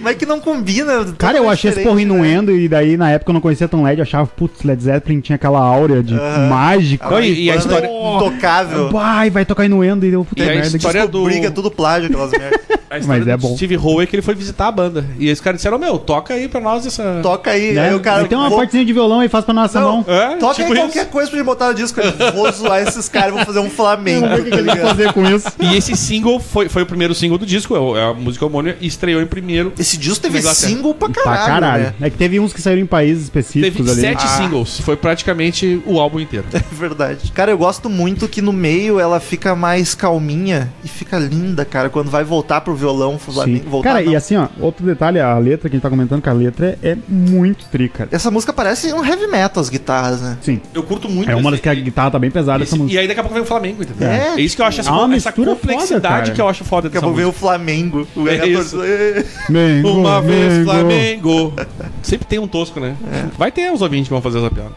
Mas que não combina. Cara, eu totalmente achei esse diferente, porra né? Inuendo e daí na época eu não conhecia tão LED, eu achava, putz, Led Zeppelin tinha aquela áurea de mágica. Não, e- e a Banda história- Intocável. Vai, vai tocar Inuendo e deu puta E a merda. que- história- do- Briga, tudo plágio, aquelas merdas. a história Mas é do bom. Steve Howe é que ele foi visitar a banda. E esse cara disseram, "Ô, meu, toca aí pra nós essa... Toca aí, Né? aí o cara. tem uma vou- partezinha de violão e faz pra nossa Não, mão. É, Toca tipo aí qualquer isso. coisa pra gente botar no disco. Eu Vou zoar esses caras, vou fazer um flamengo, Vamos ver o que tá que ele vai ligado? fazer com isso. E esse single foi, foi o primeiro single do disco, é o- é a música homônima, e estreou em primeiro. Esse disco teve Inglaterra. single pra Pra caralho. caralho. Né? É que teve uns que saíram em países Teve específicos ali. Ah. sete singles, foi praticamente o álbum inteiro. É verdade. Cara, eu gosto muito que no meio ela fica mais calminha e fica linda, cara, quando vai voltar pro violão, Sim. flamengo, voltar. Cara, não. e assim, ó, outro detalhe, a letra que a gente tá comentando que a letra é muito trica. Essa música parece um heavy metal, as guitarras, né? Sim. Eu curto muito. É uma das esse- que a guitarra tá bem pesada essa esse- E música. aí daqui a pouco vem o Flamengo, entendeu? É. É, isso que eu acho essa, É uma essa mistura foda, complexidade cara. que eu acho foda Daqui a dessa pouco veio música. o Flamengo. O É É cara isso. torcendo. Mengo, Uma vez Mengo. Flamengo. Sempre tem um tosco, né? Vai ter uns ouvintes que vão fazer essa piada.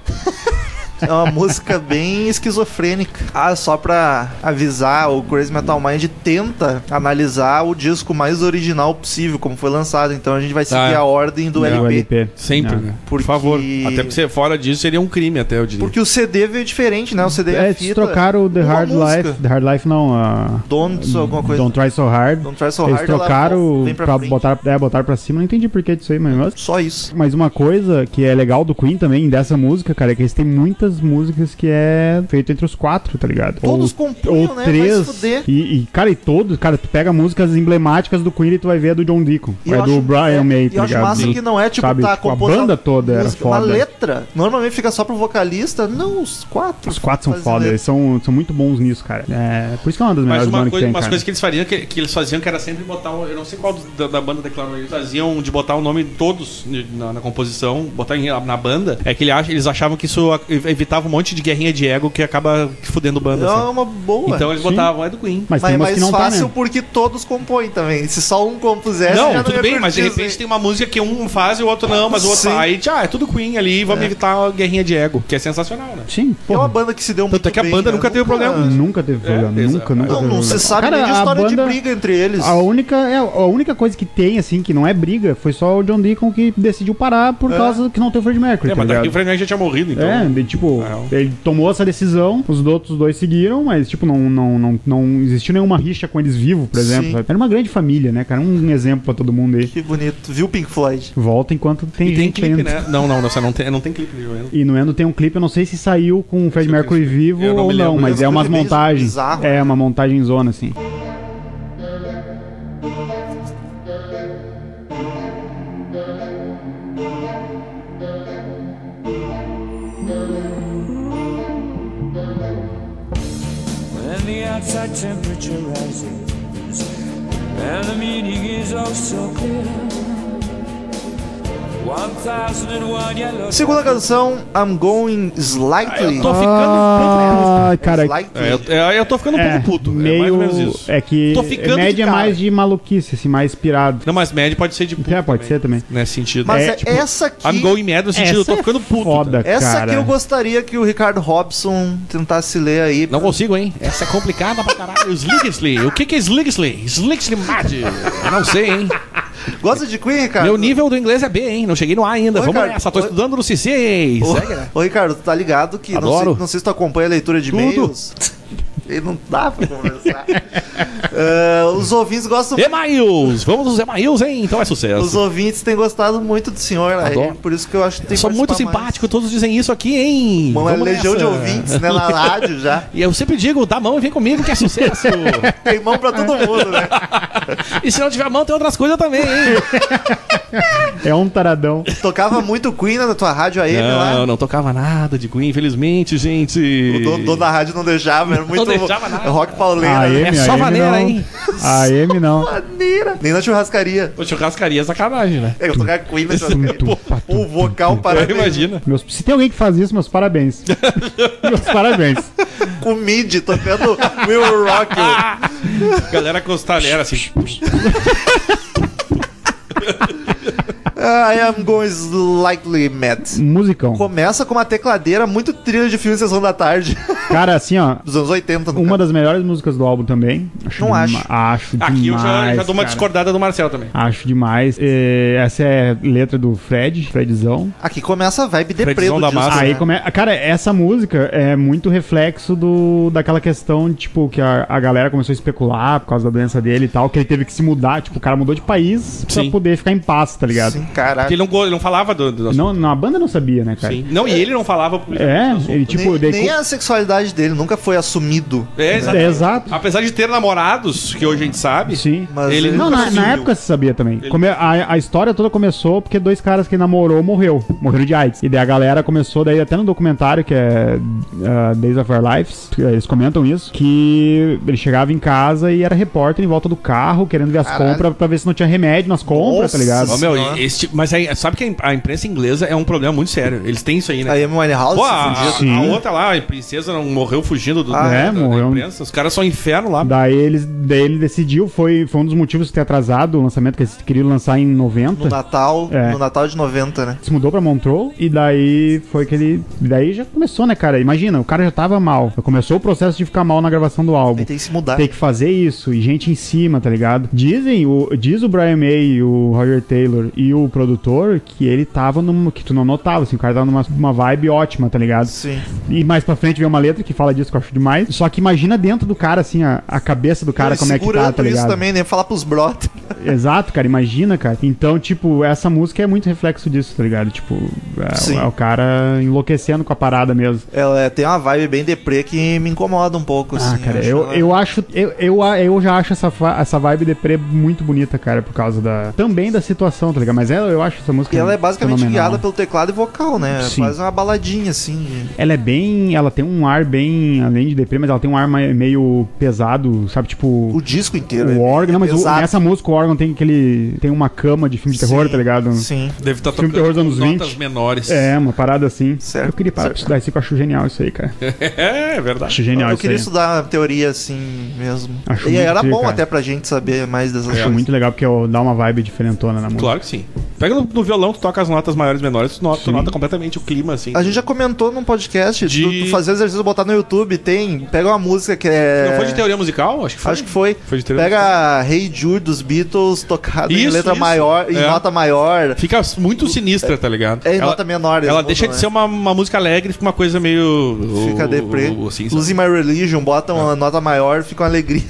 É uma música bem esquizofrênica. Ah, só pra avisar, o Crazy Metal Mind tenta analisar o disco mais original possível, como foi lançado. Então a gente vai seguir Tá. a ordem do É, o LP. LP. Sempre, É. né? Porque- Por favor. Até porque você fora disso seria um crime, até eu diria. Porque o CD veio diferente, né? O CD é, É, a eles fita. trocaram o The uma Hard música. Life. The Hard Life não, a... Don't, alguma coisa. Don't Try So Hard. Don't Try So Eles Hard, ela trocaram vem pra pra, frente. botar, é, botaram pra cima, não entendi por que disso aí, mas... Só isso. Mas uma coisa que é legal do Queen também, dessa música, cara, é que eles têm muitas músicas que é feito entre os quatro, tá ligado? Todos compunham, né? Vai se três. fuder. E, e, cara, e todos, cara, tu pega músicas emblemáticas do Queen e tu vai ver a do John Deacon. E é eu do acho- Brian é, May, E eu tá acho ligado? massa que não é tipo, Sabe, tá tipo, a composta banda toda era música, foda. Uma letra. Normalmente fica só pro vocalista. Não, os quatro. Os quatro são fazem foda, letra. eles são, são muito bons nisso, cara. É, por isso que é uma das Mas melhores uma bandas que coisa, tem, umas cara. coisas que eles fariam, que, que eles faziam, que era sempre botar. um- Eu não sei qual do- da, da banda declarou eles faziam de botar o nome de todos de- na, na composição, botar em- na banda. É que ele acha- eles achavam que isso a- evitava um monte de guerrinha de ego que acaba fudendo banda. É sabe? uma boa. Então eles sim. botavam, é do Queen. Mas Mas tem é umas que mais não tá, fácil né? porque todos compõem também. Se só um compusesse, já Não, não tudo é ia bem, mas de curtir, repente assim. tem uma música que um faz e o outro não, mas o outro Sim. aí, ah, é tudo Queen ali, vamos evitar a guerrinha de ego, que é sensacional, né? Sim, É uma porra. banda que se deu muito Tanto é que a bem, banda né? nunca teve problema com Nunca teve problema, exato. nunca, nunca Não, teve não problema. se sabe Cara, nem de a história de banda- briga entre eles. A única, é, a única coisa que tem, assim, que não é briga, foi só o John Deacon que decidiu parar por É. causa que não tem o Fred É, Mercury. tá mas daqui ligado? o Fred Mercury já tinha morrido, então. é, de, tipo, Não. ele tomou essa decisão, os outros dois seguiram, mas, tipo, não, não, não, não existiu nenhuma rixa com eles vivos, por exemplo. Sim. sabe? Era uma grande família, né, cara? Um exemplo pra todo mundo aí. Que bonito. Viu Pink Floyd? Volta enquanto tem E tem gente clipe, ainda. né? Não, não, não, você não tem, não tem clipe né? de Joel. E no Endo tem um clipe, eu não sei se saiu com Eu o Fred sei que é Mercury eu sei. vivo Eu não ou me lembro, não, mas mas é o umas clipe é montagens. bizarro, É, né? uma montagem zona, assim. And the outside temperature rises, and the meaning is oh so clear. 1001 yellow. Segunda canção, I'm Going Slightly. Tô ficando um pouco. Ah, cara, Slightly. É, eu- é, eu tô ficando um é, pouco puto. meio... É mais ou menos isso. É que Tô ficando de média é cara. mais de maluquice, assim, mais pirado. Não, mas médio pode ser de puto. É, pode ser também. Nesse sentido. Mas é, é, tipo, essa aqui. I'm going mad no sentido, eu Essa tô é ficando puto. Foda, tá? Essa cara. aqui eu gostaria que o Ricardo Robson tentasse ler aí. Não consigo, hein? Essa é complicada pra caralho. Slicksley. O que que é Slicksley? Slicksley Mad. Eu não sei, hein? Gosta de Queen, Ricardo? Meu nível do inglês é B, hein? Não cheguei no A ainda. Oi, Vamos cara. nessa. Tô Oi. estudando no C6. Ô, ô, Ricardo, tu tá ligado que não né? Adoro. sei, não sei se tu acompanha a leitura de Tudo. e-mails. Ele não dá pra conversar. Ah, os ouvintes gostam Emails! Vamos nos Emails, hein? Então é Os sucesso. ouvintes têm gostado muito do senhor aí, Adoro. por isso que eu acho que tem São que muito participar mais. simpáticos, todos dizem isso aqui, hein? Uma Vamos legião de nessa. ouvintes, né, na rádio já. E eu sempre digo, dá a mão e vem comigo que é sucesso. Tem mão pra todo mundo, né? e se não tiver mão, tem outras coisas também, hein? É um taradão. Tocava muito Queen né, na tua rádio AM Não, lá. não tocava nada de Queen, infelizmente, gente. O do- dono da rádio não deixava, era muito deixava nada. Ah, rock pauleira. A né? M, É só a M maneira, não. hein? A M não. Maneira. Nem na churrascaria. Pô, churrascaria é sacanagem, né? É, Eu tocar Queen na churrascaria. Tum, tum, Pô, o vocal para Imagina. Meus, se tem alguém que faz isso, meus parabéns. meus parabéns. com o mid tocando Will Rock. Galera costalera, assim. I am going slightly mad. Musicão. Começa com uma tecladeira muito trilha de filme Sessão da Tarde, Cara, assim, ó. dos anos 80. no Uma das melhores músicas do álbum também. Acho Não acho. Acho demais, Aqui eu já, já dou uma cara. discordada do Marcel também. Acho demais. É, essa é a letra do Fred, Fredzão. Aqui começa a vibe de preto Previsão da massa. Aí né? come... Cara, essa música é muito reflexo do... daquela questão, tipo, que a, a galera começou a especular por causa da doença dele e tal, que ele teve que se mudar, tipo, o cara mudou de país pra Sim. poder ficar em paz, tá ligado? Sim, caraca. Porque ele não, go- ele não falava do, do nosso. Não, não, a banda não sabia, né, cara? Sim. Não, e ele não falava. publicamente É, do assunto. ele tipo, nem, daí nem co- a sexualidade dele nunca foi assumido. É, é, exatamente. exato. Apesar de ter namorados, que hoje a gente sabe, Sim. Mas Ele ele tá Não, nunca na, assumiu. na época se sabia também. Come- a, a história toda começou porque dois caras que namorou morreu. Morreram de AIDS. E daí a galera começou, daí até no documentário, que é ah, Days of Our Lives, que, eh, eles comentam isso, que ele chegava em casa e era repórter em volta do carro, querendo ver as Caralho. compras pra ver se não tinha remédio nas compras, Nossa. tá ligado? Ó, meu, Senhora. esse tipo- mas aí, sabe que a im- a imprensa inglesa é um problema muito sério. Eles têm isso aí, né? A Amy Winehouse Pô, a, se a- fudia. a Sim. outra lá, a princesa, não morreu fugindo do, Ah, é, morreu. imprensa. Os caras são inferno lá. Daí, eles, daí ele decidiu, foi, foi um dos motivos de ter atrasado o lançamento, que eles queriam lançar em 90. No Natal, É. no Natal de 90, né? se mudou pra Montreux e daí foi que ele. Daí já começou, né, cara? Imagina, o cara já tava mal. Começou o processo de ficar mal na gravação do álbum. Ele tem que se mudar. Tem que fazer isso, e gente em cima, tá ligado? Dizem, o, diz o Brian May, o Roger Taylor e o produtor que ele tava num. que tu não notava, assim, o cara tava numa uma vibe ótima, tá ligado? Sim. E mais pra frente vem uma letra que fala disso que eu acho demais. Só que imagina dentro do cara, assim, a, a cabeça do cara, Ele como é que tá, segurando tá isso ligado? também, né? Falar pros brothers. Exato, cara, imagina, cara. Então, tipo, essa música é muito reflexo disso, tá ligado? Tipo, é, Sim. é o cara enlouquecendo com a parada mesmo. Ela é, tem uma vibe bem deprê que me incomoda um pouco, Ah, assim. cara, acho eu, ela- eu acho. Eu, eu, a- eu já acho essa, fa- essa vibe deprê muito bonita, cara, por causa da. Também da situação, tá ligado? Mas ela, eu acho essa música. E ela é basicamente fenomenal. guiada pelo teclado e vocal, né? Sim. Faz uma baladinha, assim. Ela é bem. Ela tem um ar bem. Além de deprê, mas ela tem um ar mai- meio pesado, sabe? Tipo. O disco inteiro. O é- órgão, não, mas o- pesado. nessa música o órgão tem aquele. Tem uma cama de filme de terror, Sim, tá ligado? Sim. Deve estar Filme de terror dos anos 20. notas menores. É, uma parada assim. Certo, eu queria parar certo. pra estudar isso, que eu acho genial isso aí, cara. É, é verdade. Acho genial eu isso aí. queria estudar teoria assim mesmo. Acho e muito era incrível, bom cara. até pra gente saber mais dessas Acho coisas. muito legal porque eu- dá uma vibe diferentona na música. Claro que sim. Pega no, no violão, tu toca as notas maiores e menores, tu nota, tu Sim. nota completamente o clima, assim. A gente já comentou num podcast De- de... tu, tu fazer exercício botar no YouTube, tem. Pega uma música que é. Não foi de teoria musical? Acho que foi. Acho que foi. Foi de teoria Pega Hey Jude dos Beatles tocado em Isso, letra isso. maior, em É. nota maior. Fica muito sinistra, tá ligado? É em nota menor. eles Ela botam, deixa de né? ser uma, uma música alegre, fica uma coisa meio. Fica o- deprê. o- É. o- assim, sabe? Losing My Religion, botam uma nota maior, fica uma alegria.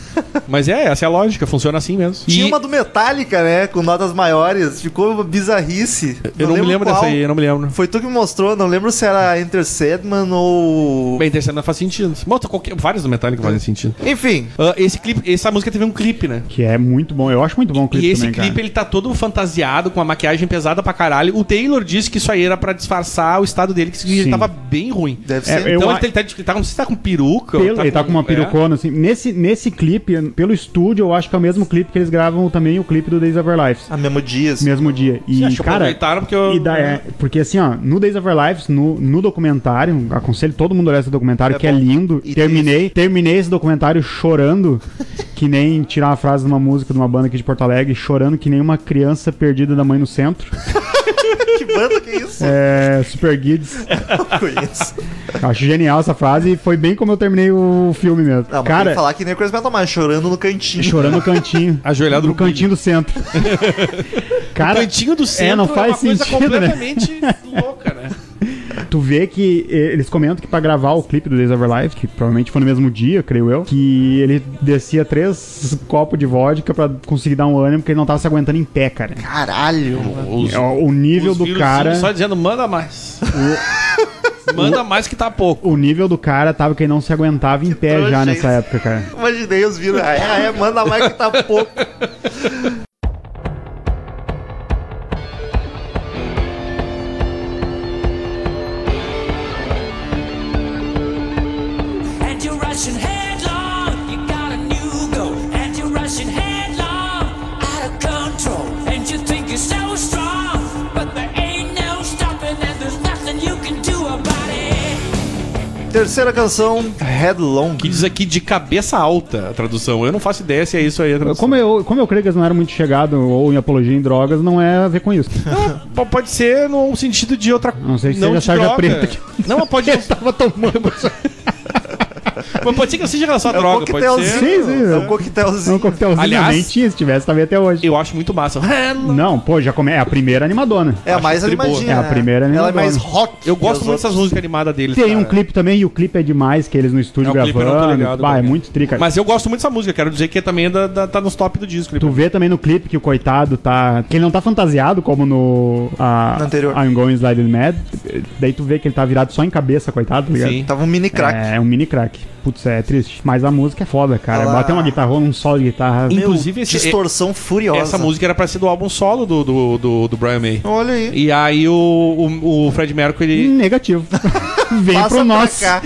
Mas é, essa é a lógica, funciona assim mesmo. Tinha E uma do Metallica, né? Com notas maiores. Ficou uma bizarrice. Eu não, me lembro qual. dessa aí, né? eu não me lembro. Foi tu que me mostrou, não lembro se era Enter Sandman ou. Bem, terceiro não faz sentido. Bom, tá qualquer- várias do Metallica fazem sentido. Enfim, Ah, esse clipe, essa música teve um clipe, né? Que é muito bom. Eu acho muito bom o clipe e esse também, clipe cara. ele tá todo fantasiado, com uma maquiagem pesada pra caralho. O Taylor disse que isso aí era pra disfarçar o estado dele, que ele Sim. tava bem ruim. deve É, ser. eu então a- ele, tá, ele, tá, ele tá- não sei se tá com é. peruca. ou Pelo- ele tá com uma perucona, assim. Nesse, nesse clipe, pelo estúdio, eu acho que é o mesmo clipe que eles gravam também o clipe do Days of Our Lives. A mesmo assim. dias. Mesmo dia. É. E, Acho que cara, aproveitaram porque eu... E da- Uhum. é, porque assim, ó, no Days of Our Lives, no, no documentário, aconselho todo mundo a olhar esse documentário, É que é bom. lindo. E terminei, terminei esse documentário chorando, que nem tirar uma frase de uma música de uma banda aqui de Porto Alegre, chorando que nem uma criança perdida da mãe no centro. Que banda que é isso? É, Super Kids. Não conheço. Eu Acho genial essa frase e foi bem como eu terminei o filme Não, mesmo. mas tem que Cara, falar que nem o Chris Metal mais, chorando no cantinho. chorando no cantinho. Ajoelhado no no cantinho do centro. Cara, cantinho do centro não faz é uma sentido, coisa né? completamente louca, né? Tu vê que eh, eles comentam que pra gravar o clipe do Days of Our Life, que provavelmente foi no mesmo dia, creio eu, que ele descia três copos de vodka pra conseguir dar um ânimo, porque ele não tava se aguentando em pé, cara. Caralho! Os- É, o nível os do filhos cara. Só dizendo, manda mais. manda mais que tá pouco. O nível do cara tava que ele não se aguentava em pé trouxa já nessa isso. época, cara. Imaginei os vírus. Ah, é, é, manda mais que tá pouco. And you're rushing headlong, you got a new goal. And you're rushing headlong, out of control. And you think you're so strong, but there ain't no stopping, and there's nothing you can do about it. Terceira canção, Headlong. Que diz aqui de cabeça alta a tradução. Eu não faço ideia se é isso aí a tradução. Como eu, como eu creio que eles não eram muito chegados ou em apologia em drogas, não é a ver com isso. P- Ah, Pode ser no sentido de outra Não sei se não seja de sarja droga. preta que- Não, mas pode, Ele tava tomando. mas pode ser que não seja relação à É um droga, pode coquetelzinho. ser. Sim, sim, é é. um É um coquetelzinho. coquetelzinho. Aliás- nem tinha, se tivesse, também até hoje. Eu acho muito massa. Não, pô, já come... é a primeira animadona. É a mais Acho triboa. animadinha. É a né? Ela primeira é animadona. mais rock. Eu que as gosto muito dessas outras. músicas animadas deles. Tem um cara. clipe também, e o clipe é demais, que eles no estúdio É, o clipe eu não tô gravando. ligado, Bah, é também. muito trica. Mas eu gosto muito dessa música, quero dizer que também é da- da- tá nos top do disco. Tu vê também no clipe que o coitado tá. Que ele não tá fantasiado como no. A, No anterior. I'm Going Slightly Mad. Daí tu vê que ele tá virado só em cabeça, coitado, tá ligado? Sim. Tava um mini crack. É um mini crack. Putz, é triste. Mas a música é foda, cara. Ela- Bater uma guitarrona, um solo de guitarra. Meu, Inclusive, esse- distorção Então, furiosa. Essa música era pra ser do álbum solo do, do, do, do Brian May. Olha aí. E aí o, o, o Fred Mercury. Negativo. Vem Passa pro pra nosso. cá.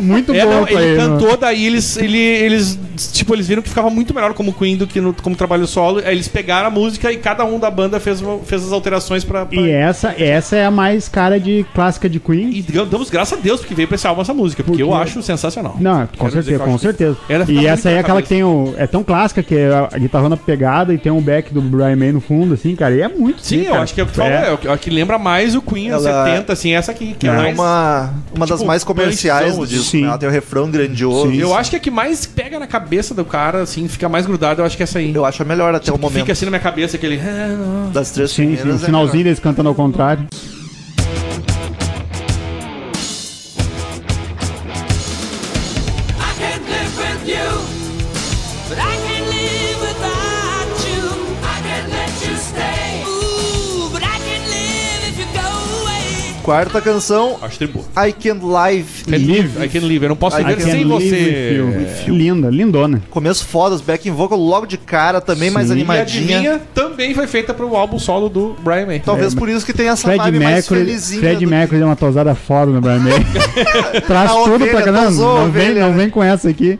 Muito É, bom, né? não, pai, ele mano. cantou, daí eles, ele, eles, tipo, eles viram que ficava muito melhor como Queen do que no, como trabalho solo. Aí eles pegaram a música e cada um da banda fez, uma- fez as alterações pra. pra- E essa, essa é a mais cara de clássica de Queen. E damos graças a Deus porque veio pra esse álbum essa música, porque, eu Porque- acho sensacional. Não, com Quero dizer que certeza, eu com acho que- certeza. Ela fica E muito essa aí é na cabeça. aquela que tem o. É tão clássica que é a guitarrona pegada e tem um back do Brian May no fundo, assim, cara. E é muito Sim, eu acho que é o que tu falou, é o que- a que lembra mais o Queen anos Ela- 70, assim, essa aqui, que é, É É mais. uma, uma das tipo, mais comerciais punkzão, do disco. sim. né? Ela tem o refrão grandioso. Eu acho que é a que mais pega na cabeça do cara, assim, fica mais grudado, eu acho que é essa aí. Eu acho a melhor até o momento. Fica assim na minha cabeça aquele. Das três Sim, sim, né, o primeiras. é finalzinho deles cantando ao contrário. I can't live with you, but I can't live without you. I can't let you stay. Ooh, but I can't live if you go away. melhor. Quarta canção, Acho tribo. I Can Live. Can live, I can live. Eu não posso I viver can sem live você. with you. É, Linda, lindona. Começo foda, os backing vocal logo de cara, também mais Sim. E a animadinha. Então- adivinha também foi feita pro álbum solo do Brian May. Talvez por isso que tem essa É, Fred é vibe mais Mercury, felizinha. Fred do- Mercury deu uma tosada foda no Brian May. Traz A tudo ovelha, pra cá. Não, tosou a não, vem, ovelha, não né? vem com essa aqui.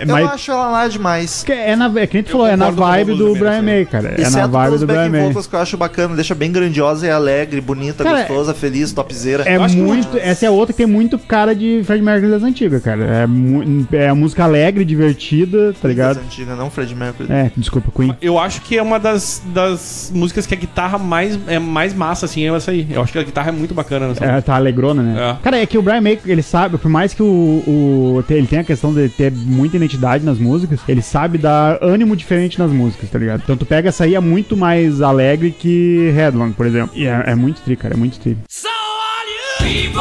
É, Eu Mas acho ela lá demais. que é, na, é que nem tu falou, é na concordo com vibe o do Rodolfo Brian Mendes, May, cara. É na Exceto vibe pelos do Brian backing May. vocals que eu acho bacana, deixa bem grandiosa e alegre, bonita, Cara, gostosa, feliz, topzeira. É Eu acho que muito, essa é outra que tem muito cara de Fred Mercury das antigas, cara. É, mu- é música alegre, divertida, tá ligado? Antiga, não Fred Mercury. É, desculpa, Queen. Eu acho que é uma das, das músicas que a guitarra mais, é mais massa, assim, é essa aí. Eu acho que a guitarra é muito bacana nessa É, tá alegrona, né? É. Cara, é que o Brian May, ele sabe, por mais que o, o- te- ele tenha a questão de ter muita identidade nas músicas, ele sabe dar ânimo diferente nas músicas, tá ligado? Então tu pega essa aí é muito mais alegre que Headlong, por exemplo. E é, é muito tri, cara, é muito tri. So all you people,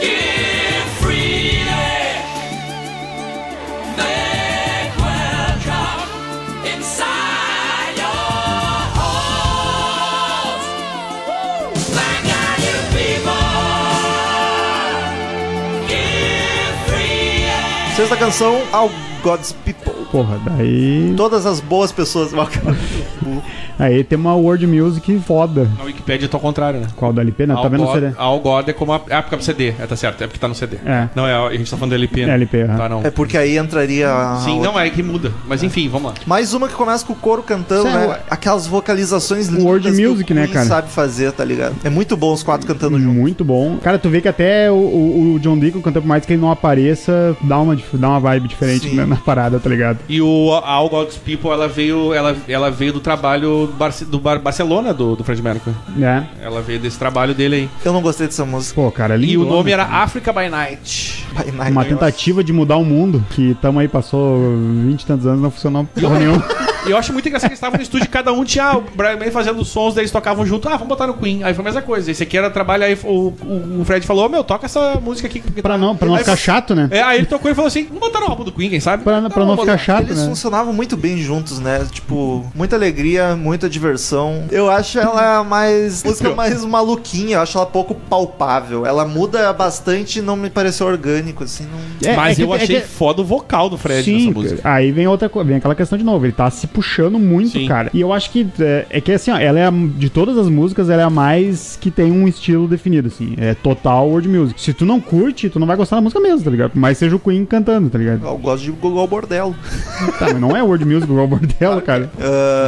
give freely, make welcome inside your halls. Thank God you people, give freely. Sexta canção, All God's People. Porra, daí. Todas as boas pessoas. Aí tem uma world music foda. Na Wikipedia tá ao contrário, né? Qual da LP? Não, tá All vendo o God- CD? All God é como a. Ah, porque é pro CD. É, tá certo. É porque tá no CD. É. Não, é, a gente tá falando da LP. né? LP, aham. Tá, não. É porque aí entraria. a Sim, outra. não, é que muda. Mas enfim, vamos lá. Mais uma que começa com o coro cantando, Isso é né? Aquelas vocalizações lindas World que o music, né, Queen cara? sabe fazer, tá ligado? É muito bom os quatro cantando junto. Muito bom. Cara, tu vê que até o, o- o John Deacon, quanto mais que ele não apareça, dá uma, dif- dá uma vibe diferente Sim. na, na parada, tá ligado? E o a All God's People, ela veio, ela, ela veio do trabalho Barce- do Bar- Barcelona do, do Fred Mercury. Né? Ela veio desse trabalho dele aí. Eu não gostei dessa música. Pô, cara, lindo. E o nome é era Africa by Night. By Night. Uma tentativa de mudar o mundo, que tamo aí, passou 20 e tantos anos, não funcionou porra nenhuma. E eu acho muito engraçado que eles estavam no estúdio, cada um tinha o Brian May fazendo os sons, daí eles tocavam junto. Ah, vamos botar no Queen. Aí foi a mesma coisa. Esse aqui era trabalho, aí o, o, o Fred falou, ô meu, toca essa música aqui. que Pra tá- não, pra não Aí ficar foi- chato, né? É, aí ele tocou e falou assim, vamos botar no álbum do Queen, quem sabe? Tá Pra, pra não vamos ficar botar. chato, Eles né? funcionavam muito bem juntos, né? Tipo, muita alegria, muita diversão. Eu acho ela mais. música mais maluquinha, eu acho ela pouco palpável. Ela muda bastante e não me pareceu orgânico, assim. Não... É, Mas é que- eu é achei que- foda o vocal do Fred Sim, nessa música. aí vem outra coisa, vem aquela questão de novo, ele tá se puxando muito, Sim. cara. E eu acho que é, é que assim, ó, ela é a, de todas as músicas, ela é a mais que tem um estilo definido, assim. É total world music. Se tu não curte, tu não vai gostar da música mesmo, tá ligado? Por mais que seja o Queen cantando, tá ligado? Eu gosto de Gogol Bordello. Oh. Tá, mas não é world music igual o Bordello, cara.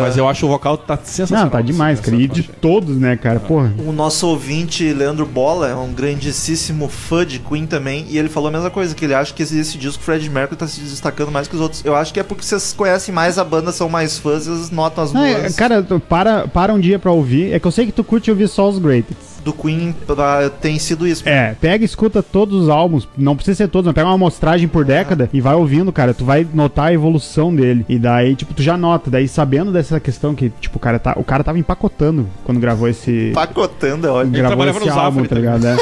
Mas eu acho o vocal tá sensacional. Não, tá demais, cara. assim, E essa Ah. de faixa. todos, né, cara? Porra. O nosso ouvinte, Leandro Bola, é um grandíssimo fã de Queen também, e ele falou a mesma coisa, que ele acha que esse, esse disco Fred Mercury tá se destacando mais que os outros. Eu acho que é porque vocês conhecem mais a banda, são mais fãs, e vocês notam as Não, é, músicas cara, tu para, para um dia pra ouvir. É que eu sei que tu curte ouvir só os greatest. do Queen, pra- tem sido isso. É, pega e escuta todos os álbuns. Não precisa ser todos, mas pega uma amostragem por década e vai ouvindo, cara. Tu vai notar a evolução dele. E daí, tipo, tu já nota. Daí, sabendo dessa questão que, tipo, o cara, tá, o cara tava empacotando quando gravou esse. tá Pacotando, é ótimo. Gravou trabalhava esse no Zafari álbum, tá ligado? É.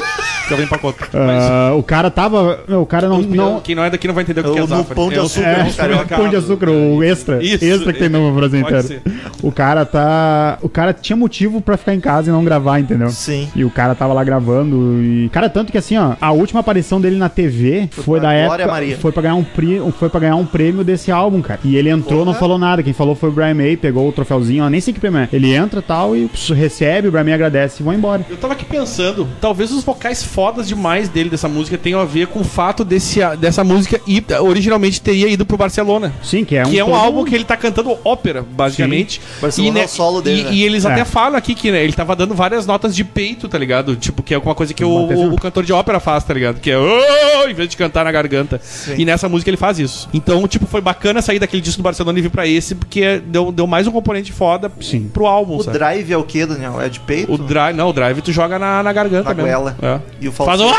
Ficava em pacote. né? Mas- Ah, o cara tava. meu, o cara não. não Quem não é daqui não vai entender o que, Eu que é no Zafari. Pão de É o- Açúcar, é o cara, supermercado. Pão de açúcar, o extra. Isso, extra que tem no Brasil pode inteiro. O cara tá. O cara tinha motivo pra ficar em casa e não gravar, entendeu? Sim. E o cara tava lá gravando e cara tanto que assim, ó, a última aparição dele na TV foi, pra da Glória época, Maria. foi pra ganhar um pri, foi para ganhar um prêmio desse álbum, cara. E ele entrou, não falou nada, quem falou foi o Brian May, pegou o troféuzinho, ó, nem sei que prêmio é. Ele entra tal e pss, recebe, o Brian May agradece e vão embora. Eu tava aqui pensando, talvez os vocais fodas demais dele dessa música tenham a ver com o fato desse, dessa música ir, originalmente teria ido pro Barcelona. Sim, que é um que é um todo- álbum que ele tá cantando ópera, basicamente. Barcelona é o solo dele, e, né? e eles É. até falam aqui que né, ele tava dando várias notas de peito, tá ligado? Tipo, que é alguma coisa que o, Batezinho. o, o cantor de ópera faz, tá ligado? Que é "Oh", em vez de cantar na garganta. E nessa música ele faz isso. Então, tipo, foi bacana sair daquele disco do Barcelona e vir pra esse, porque é- deu, deu mais um componente foda Sim. pro álbum, O sabe? drive é o que, Daniel? É de peito? O drive, não, o drive tu joga na, na garganta Na mesmo. goela. É. E o Faz falsete,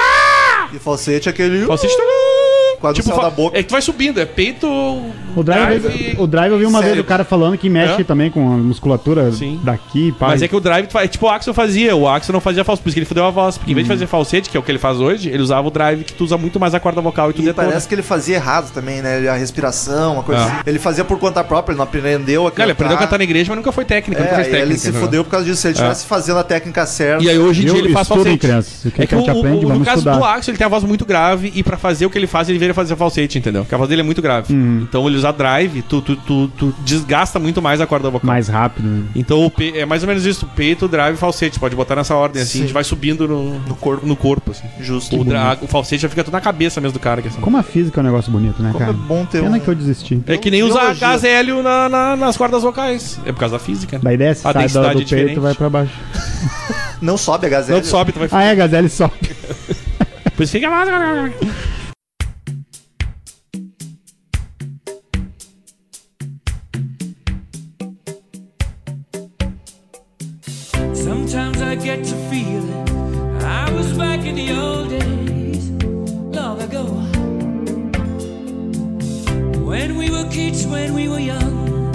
um e o falsete é aquele... Salsicha. Quase o céu da boca. É que tu vai subindo, é peito. O drive, o drive eu vi uma vez Sério. o cara falando que mexe É. também com a musculatura Sim. daqui, pá. Mas é que o drive tu faz. Tipo o Axel fazia, o Axel não fazia falso, por isso que ele fudeu a voz. Porque em vez de fazer falsete, que é o que ele faz hoje, ele usava o drive que tu usa muito mais a corda vocal e tu E detona. parece que ele fazia errado também, né? A respiração, uma coisa Ah. assim. Ele fazia por conta própria, ele não aprendeu a cantar. Não, ele aprendeu a cantar na igreja, mas nunca foi técnico, nunca É, fez aí técnica. ele se né? fudeu por causa disso. Se ele estivesse fazendo a técnica certa... E aí hoje em Viu? dia ele faz Estudem, falsete. crianças. O que é que que a o, gente aprende, o- vamos no caso estudar. do Axel, ele tem a voz muito grave e pra fazer o que ele faz, ele veio fazer falsete, entendeu? Porque a voz dele é muito grave. Então ele usa drive, tu, tu, tu, tu desgasta muito mais a corda vocal. mais rápido. né? Então o pe- é mais ou menos isso, peito, drive e falsete. Pode botar nessa ordem assim, Sim. a gente vai subindo no, no corpo, no corpo assim. Justo. O, dra- o falsete já fica tudo na cabeça mesmo do cara. Que assim. Como a física é um negócio bonito, né, Como cara? é bom ter Pena um- que eu desisti. É que nem usar Biologia. gás hélio na- na- nas cordas vocais. É por causa da física. né? Daí desce, A sai do, densidade do é diferente. peito vai pra baixo. Não sobe a Não gazela. tu sobe, tu vai. Ah, é, Gazelle sobe. Ah. Por isso fica mais. Sometimes I get to feeling I was back in the old days, long ago. When we were kids, when we were young,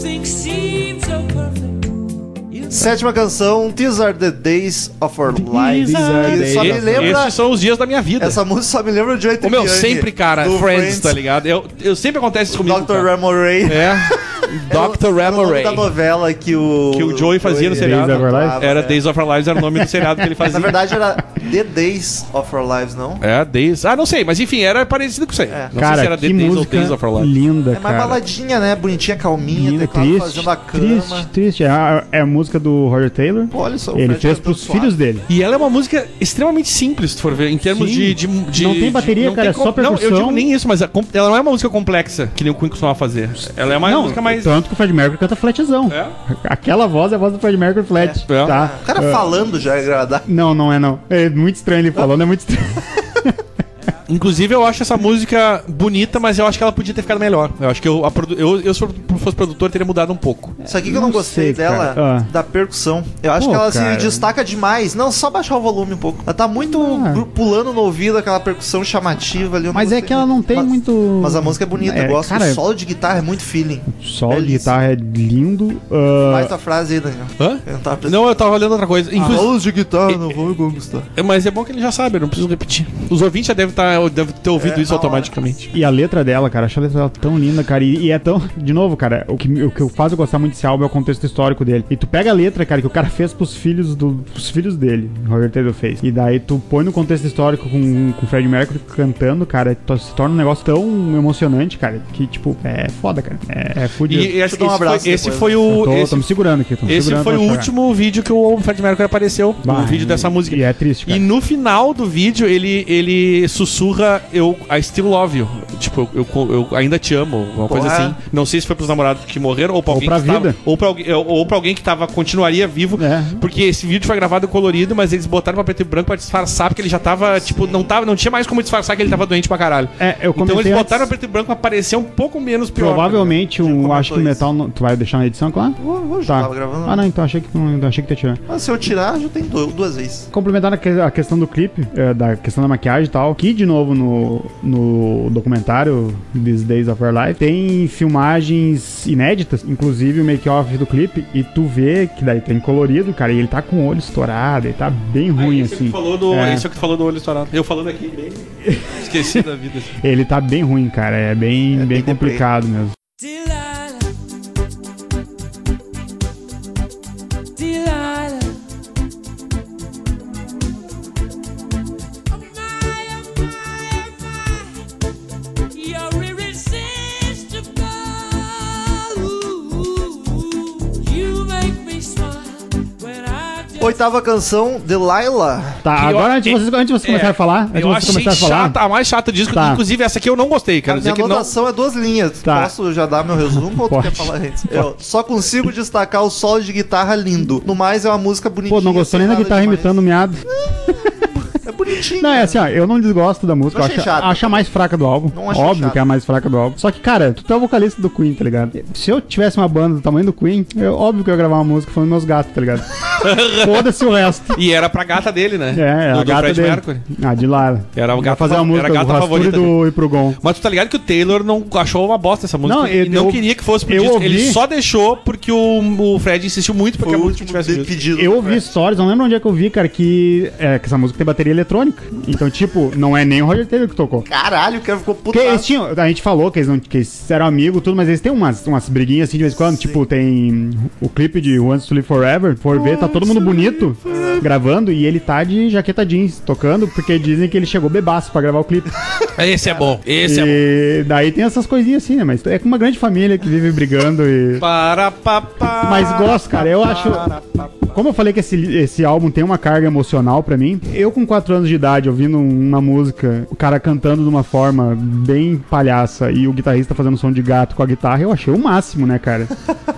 things seemed so perfect. You Sétima canção, These Are The Days Of Our Lives. These are E só the me days. lembra... Esses são os dias da minha vida. Essa música só me lembra de Joy Ô meu, sempre, cara, Friends, tá ligado? Eu, eu sempre acontece isso comigo. Dr. cara. Ramoray. É. Dr. Ramoray. Ramoray. É da novela que o... Que o Joey fazia no Joey seriado. Days of Our Lives? Era é. Days of Our Lives, era o nome do seriado que ele Na fazia. É verdade era The Days Of Our Lives, não? É, Days. Ah, não sei, mas enfim, era parecido com isso aí. Não sei Cara, se era que The Days ou música Days of Our Lives. linda, É cara. mais baladinha, né? Bonitinha, calminha, Linda, teclado triste, fazendo a cama. triste, triste. É a, é a música do Roger Taylor. Pô, olha só, o Ele Fred é fez cantando pros suave. filhos dele. E ela é uma música extremamente simples, se tu for ver, em termos Sim. de, de- de- Não tem de- bateria, cara, é com- só Não, eu percussão. digo nem isso, mas a com- ela não é uma música complexa, que nem o Queen costumava fazer. Ela é uma música mais... Tanto que o Fred Mercury canta flatzão. É? Aquela voz é a voz do Fred Mercury flat. É. Tá? O cara É. falando já é agradável. Não, não é não. É muito estranho ele falando, é muito estranho. Inclusive, eu acho essa música bonita, mas eu acho que ela podia ter ficado melhor. Eu acho que eu, a produ- eu, eu se eu fosse produtor, teria mudado um pouco. Isso aqui que eu não não gostei sei, dela, cara. Ah. da percussão. Eu acho Pô, que ela cara. se destaca demais. Não, só baixar o volume um pouco. Ela tá muito Ah. gru- pulando no ouvido aquela percussão chamativa ali. eu não Mas é gostei que ela não tem Mas- muito. Mas a música é bonita, É, eu gosto. cara, o solo de guitarra é muito feeling. Sol de belíssimo. guitarra é lindo. ah, Mais tua frase aí, Daniel. Hã? Eu não tava prestando- Não, eu tava olhando outra coisa. Inclusive- Solos de guitarra não vão conquistar. Ah. É, Mas é bom que ele já sabe, eu não preciso repetir. Os ouvintes já devem, tá, devem ter ouvido É, isso na hora. automaticamente. E a letra dela, cara, acho a letra dela tão linda, cara. E, e é tão. De novo, cara, o que, o que eu faz eu gostar muito desse álbum é o contexto histórico dele. E tu pega a letra, cara, que o cara fez pros filhos do, pros filhos dele, Roger Taylor fez. E daí tu põe no contexto histórico com, com o Fred Mercury cantando, cara, tu- se torna um negócio tão emocionante, cara, que, tipo, é foda, cara. É, é fudido. E, e esse, eu dar um esse abraço foi, esse depois. foi o. né? Eu tô, esse tô me segurando aqui, tô me esse segurando foi pra o não chorar. último vídeo que o Fred Mercury apareceu. Bah, o vídeo dessa música. E é triste, cara. E no final do vídeo ele, ele sussurra eu I still love you. Tipo, eu, eu, eu ainda te amo, uma coisa Porra. assim. Não sei se foi pros namorados que morreram ou pra Ou alguém pra que tava- vida. ou pra alguém ou para alguém que tava continuaria vivo. É. Porque esse vídeo foi gravado colorido, mas eles botaram pra preto e branco pra disfarçar porque ele já tava, tipo, não tava, não tinha mais como disfarçar que ele tava doente pra caralho. É, eu então comentei eles botaram né? antes- pra preto e branco pra parecer um pouco menos pior. Provavelmente, Quem um, comentou acho que o isso? metal. não- tu vai deixar na edição, claro? Vou, vou já Tá. tava gravando. Ah, não, então achei que, não, achei que tá tirando. Mas se eu tirar, já tem du- duas vezes. Complementar a que- a questão do clipe, eh, da questão da maquiagem e tal, que de novo no, no documentário These Days of Our Life tem filmagens inéditas, inclusive o make-off do clipe, e tu vê que daí tem colorido, cara, e ele tá com o olho estourado, e tá bem ruim Isso assim. que tu falou do, É. isso que tu falou do olho estourado. Eu falando aqui bem esqueci da vida. assim. Ele tá bem ruim, cara, é bem, bem bem deprê. complicado mesmo. Delilah. Delilah. Oh my, oh my, oh my. You're irresistible. Ooh, you make me smile when I just Oitava canção, Delilah. Tá, Que eu- é, agora antes de vocês, antes de vocês começarem a falar, antes de Eu vocês achei começarem a falar. chata, a mais chata do disco. Tá. Inclusive, essa aqui eu não gostei, A cara. minha Dizer que não. anotação é duas linhas. Tá. Posso já dar meu resumo ou tu Pode. quer falar antes? Eu só consigo destacar o solo de guitarra lindo. No mais, é uma música bonitinha. Pô, não sem gostou nem da nada guitarra demais. imitando o miado. É bonitinho. Não, é cara. assim, ó, eu não desgosto da música, Não eu achei acho, chato. acho a mais fraca do álbum. Não achei Óbvio chato. que é a mais fraca do álbum. Só que, cara, tu é o vocalista do Queen, tá ligado? Se eu tivesse uma banda do tamanho do Queen, eu, óbvio que eu ia gravar uma música falando meus gatos, tá ligado? Foda-se o resto. E era pra gata dele, né? É, é do, a do gata Fred dele. Mercury. Ah, de Lara. Era o Vai gato fazer uma fa- música era a do gata Rascunho favorita do e pro Gon. Mas tu tá ligado que o Taylor não achou uma bosta essa música. Não, eu- e não eu- queria que fosse pro eu disco. Ele ouvi- só deixou porque o, o Fred insistiu muito pra Foi que a o música último tivesse de- disco. pedido. Eu ouvi stories, não lembro onde é que eu vi, cara, que, é, que essa música tem bateria eletrônica. Então, tipo, não é nem o Roger Taylor que tocou. Caralho, o cara ficou puto. Ah, Porque eles tinham, a gente falou que eles, não, que eles eram amigos e tudo, mas eles têm umas, umas briguinhas assim de vez em quando. Tipo, tem o clipe de Once to Live Forever. For ver, tá todo mundo bonito gravando e ele tá de jaqueta jeans tocando, porque dizem que ele chegou bebaço pra gravar o clipe. Esse é bom. Esse é bom. e daí tem essas coisinhas assim, né? Mas é com uma grande família que vive brigando e. Para, pa, pa, Mas gosto, cara, eu acho. Como eu falei que esse, esse álbum tem uma carga emocional pra mim, eu com 4 anos de idade ouvindo uma música, o cara cantando de uma forma bem palhaça e o guitarrista fazendo som de gato com a guitarra, eu achei o máximo, né, cara?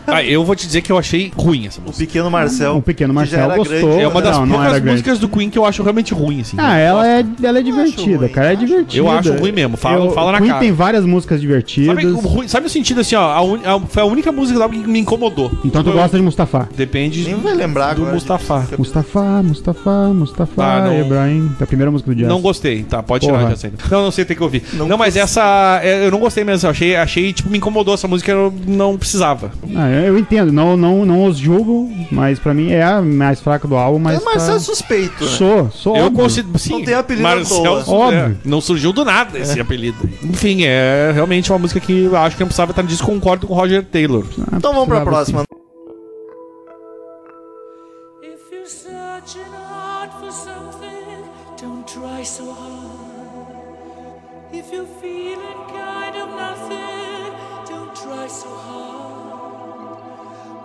Ah, eu vou te dizer que eu achei ruim essa música. O pequeno Marcel. O pequeno que já Marcel era gostou. grande. né? É uma das Não, não poucas era grande. músicas do Queen que eu acho realmente ruim, assim. Ah, ela é, ela é divertida, ruim, cara, é acho ruim. divertida. Eu acho ruim mesmo, fala- Eu- fala na Queen cara. tem várias músicas divertidas. Sabe, o ruim- sabe o sentido assim, ó? a un- a- foi a única música do álbum que me incomodou. Então tu Foi- gosta de Mustafa. Depende Nem vai lembrar do agora. Mustafa. disso. Mustafa, Mustafa, Mustafa, Ah, não. Ibrahim. Da primeira música do jazz. Não gostei, tá, pode tirar Porra. já sei. Não, não sei, tem que ouvir. Não, Não mas essa. é, Eu não gostei mesmo, eu achei, achei, tipo, me incomodou essa música, eu não precisava. Ah, eu entendo, não, não, não os julgo, mas pra mim é a mais fraca do álbum, mas. É Marcel tá- é suspeito, né? Sou, sou. Eu óbvio. considero. Sim, Não tem apelido à Marcel, toa. É. é, Óbvio. não surgiu do nada esse apelido. Enfim, é realmente uma música que eu acho que não precisava estar no disco, concordo com o Roger Taylor. Então vamos pra Precisava, próxima. If you're searching hard for something, don't try so hard. If you're feeling kind of nothing, don't try so hard.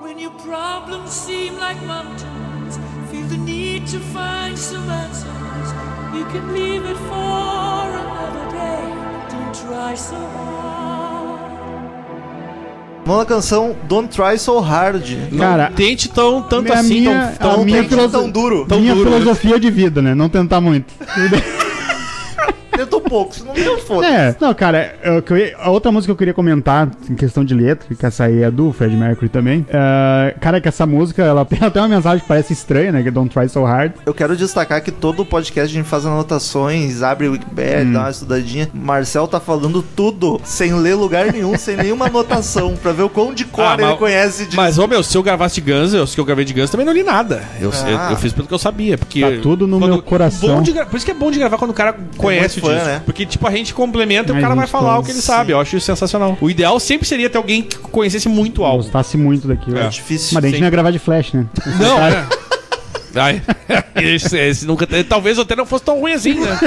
When your problems seem like mountains, feel the need to find some answers. You can leave it for another day. Don't try so hard. Vamos na canção Don't Try So Hard. Não Cara, tente tão, tanto a assim, minha- tão, tão a minha Não tão duro. né? Minha filosofia de vida, né? Não tentar muito. Tentou pouco. Se não deu, foda-se. É, não, cara, eu- que eu ia- a outra música que eu queria comentar em questão de letra, que essa aí é do Fred Mercury também. é, cara, que essa música, ela tem até uma mensagem que parece estranha, né? Que é Don't Try So Hard. Eu quero destacar que todo podcast a gente faz anotações, abre o Wikipedia, Hum. dá uma estudadinha. Marcel tá falando tudo, sem ler lugar nenhum, sem nenhuma anotação, pra ver o quão de cor Ah, ele mas- conhece de... Mas, ô meu, se eu gravasse de Guns, eu, se eu gravei de Guns, também não li nada. Eu, Ah. eu, eu fiz pelo que eu sabia. Porque Tá tudo no quando- meu coração. Bom de gra- por isso que é bom de gravar quando o cara conhece o muito fã, disco. né? Porque, tipo, a gente complementa e Ai, o cara vai gente, falar tá, o que ele sabe. Eu acho isso sensacional. O ideal sempre seria ter alguém que conhecesse muito o álbum. Gostasse muito daquilo. É. Difícil. Mas daí a gente Sim. não ia gravar de flash, né? Não, né? Ai, esse, esse nunca, talvez até não fosse tão ruim assim, né?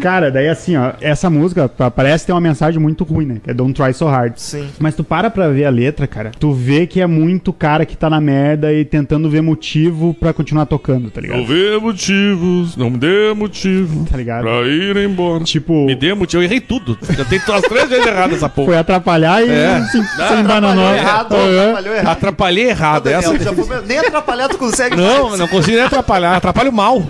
Cara, daí assim, ó, essa música pa- parece ter uma mensagem muito ruim, né? Que é Don't Try So Hard. Sim. Mas tu para pra ver a letra, cara, tu vê que é muito cara que tá na merda e tentando ver motivo pra continuar tocando, tá ligado? vê motivos, não me dê motivo Tá ligado? ir embora. Tipo, Me dê motivo, eu errei tudo. Eu tenho as três vezes errado essa porra. foi atrapalhar e É. se, se embananou. Atrapalhou errado, Aham. atrapalhou errado. Atrapalhei errado. Daniel, essa... já foi- nem atrapalhar tu consegue Não, mais. não consigo nem atrapalhar. Atrapalho mal.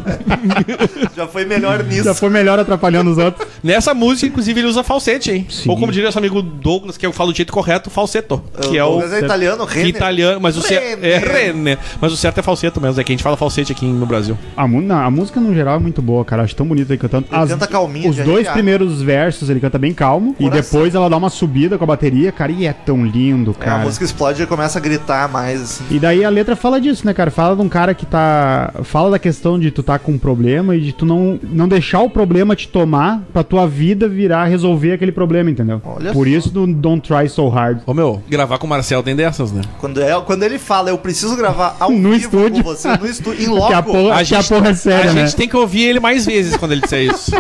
Já foi melhor nisso. Já foi melhor atrapalhando os outros. Nessa música, inclusive, ele usa falsete, hein? Sim. Ou como diria nosso amigo Douglas, que eu falo do jeito correto, falseto. Que é o Douglas é italiano, Renner. italiano, mas o certo. Rene. É Rene. Mas o certo é falseto mesmo, é que a gente fala falsete aqui no Brasil. A, mu- não, a música no geral é muito boa, cara. Acho tão bonito ele cantando. Ele canta calminho, Os de dois arrepiar. primeiros versos ele canta bem calmo. E Coração. depois ela dá uma subida com a bateria, cara. E é tão lindo, É, a cara. música explode e começa a gritar mais, assim. E daí a letra fala disso, né, cara? Fala de um cara que tá. Fala da questão de tu tá com um problema e de tu não, não deixar o problema te tomar pra tua vida virar resolver aquele problema, entendeu? Olha Por só. isso do Don't Try So Hard. Ô meu, gravar com o Marcel tem dessas, né? Quando, é, quando ele fala, eu preciso gravar ao No vivo estúdio. com você, no estúdio, em Que a loco. porra, que a porra é séria, a né? gente tem que ouvir ele mais vezes quando ele disser isso.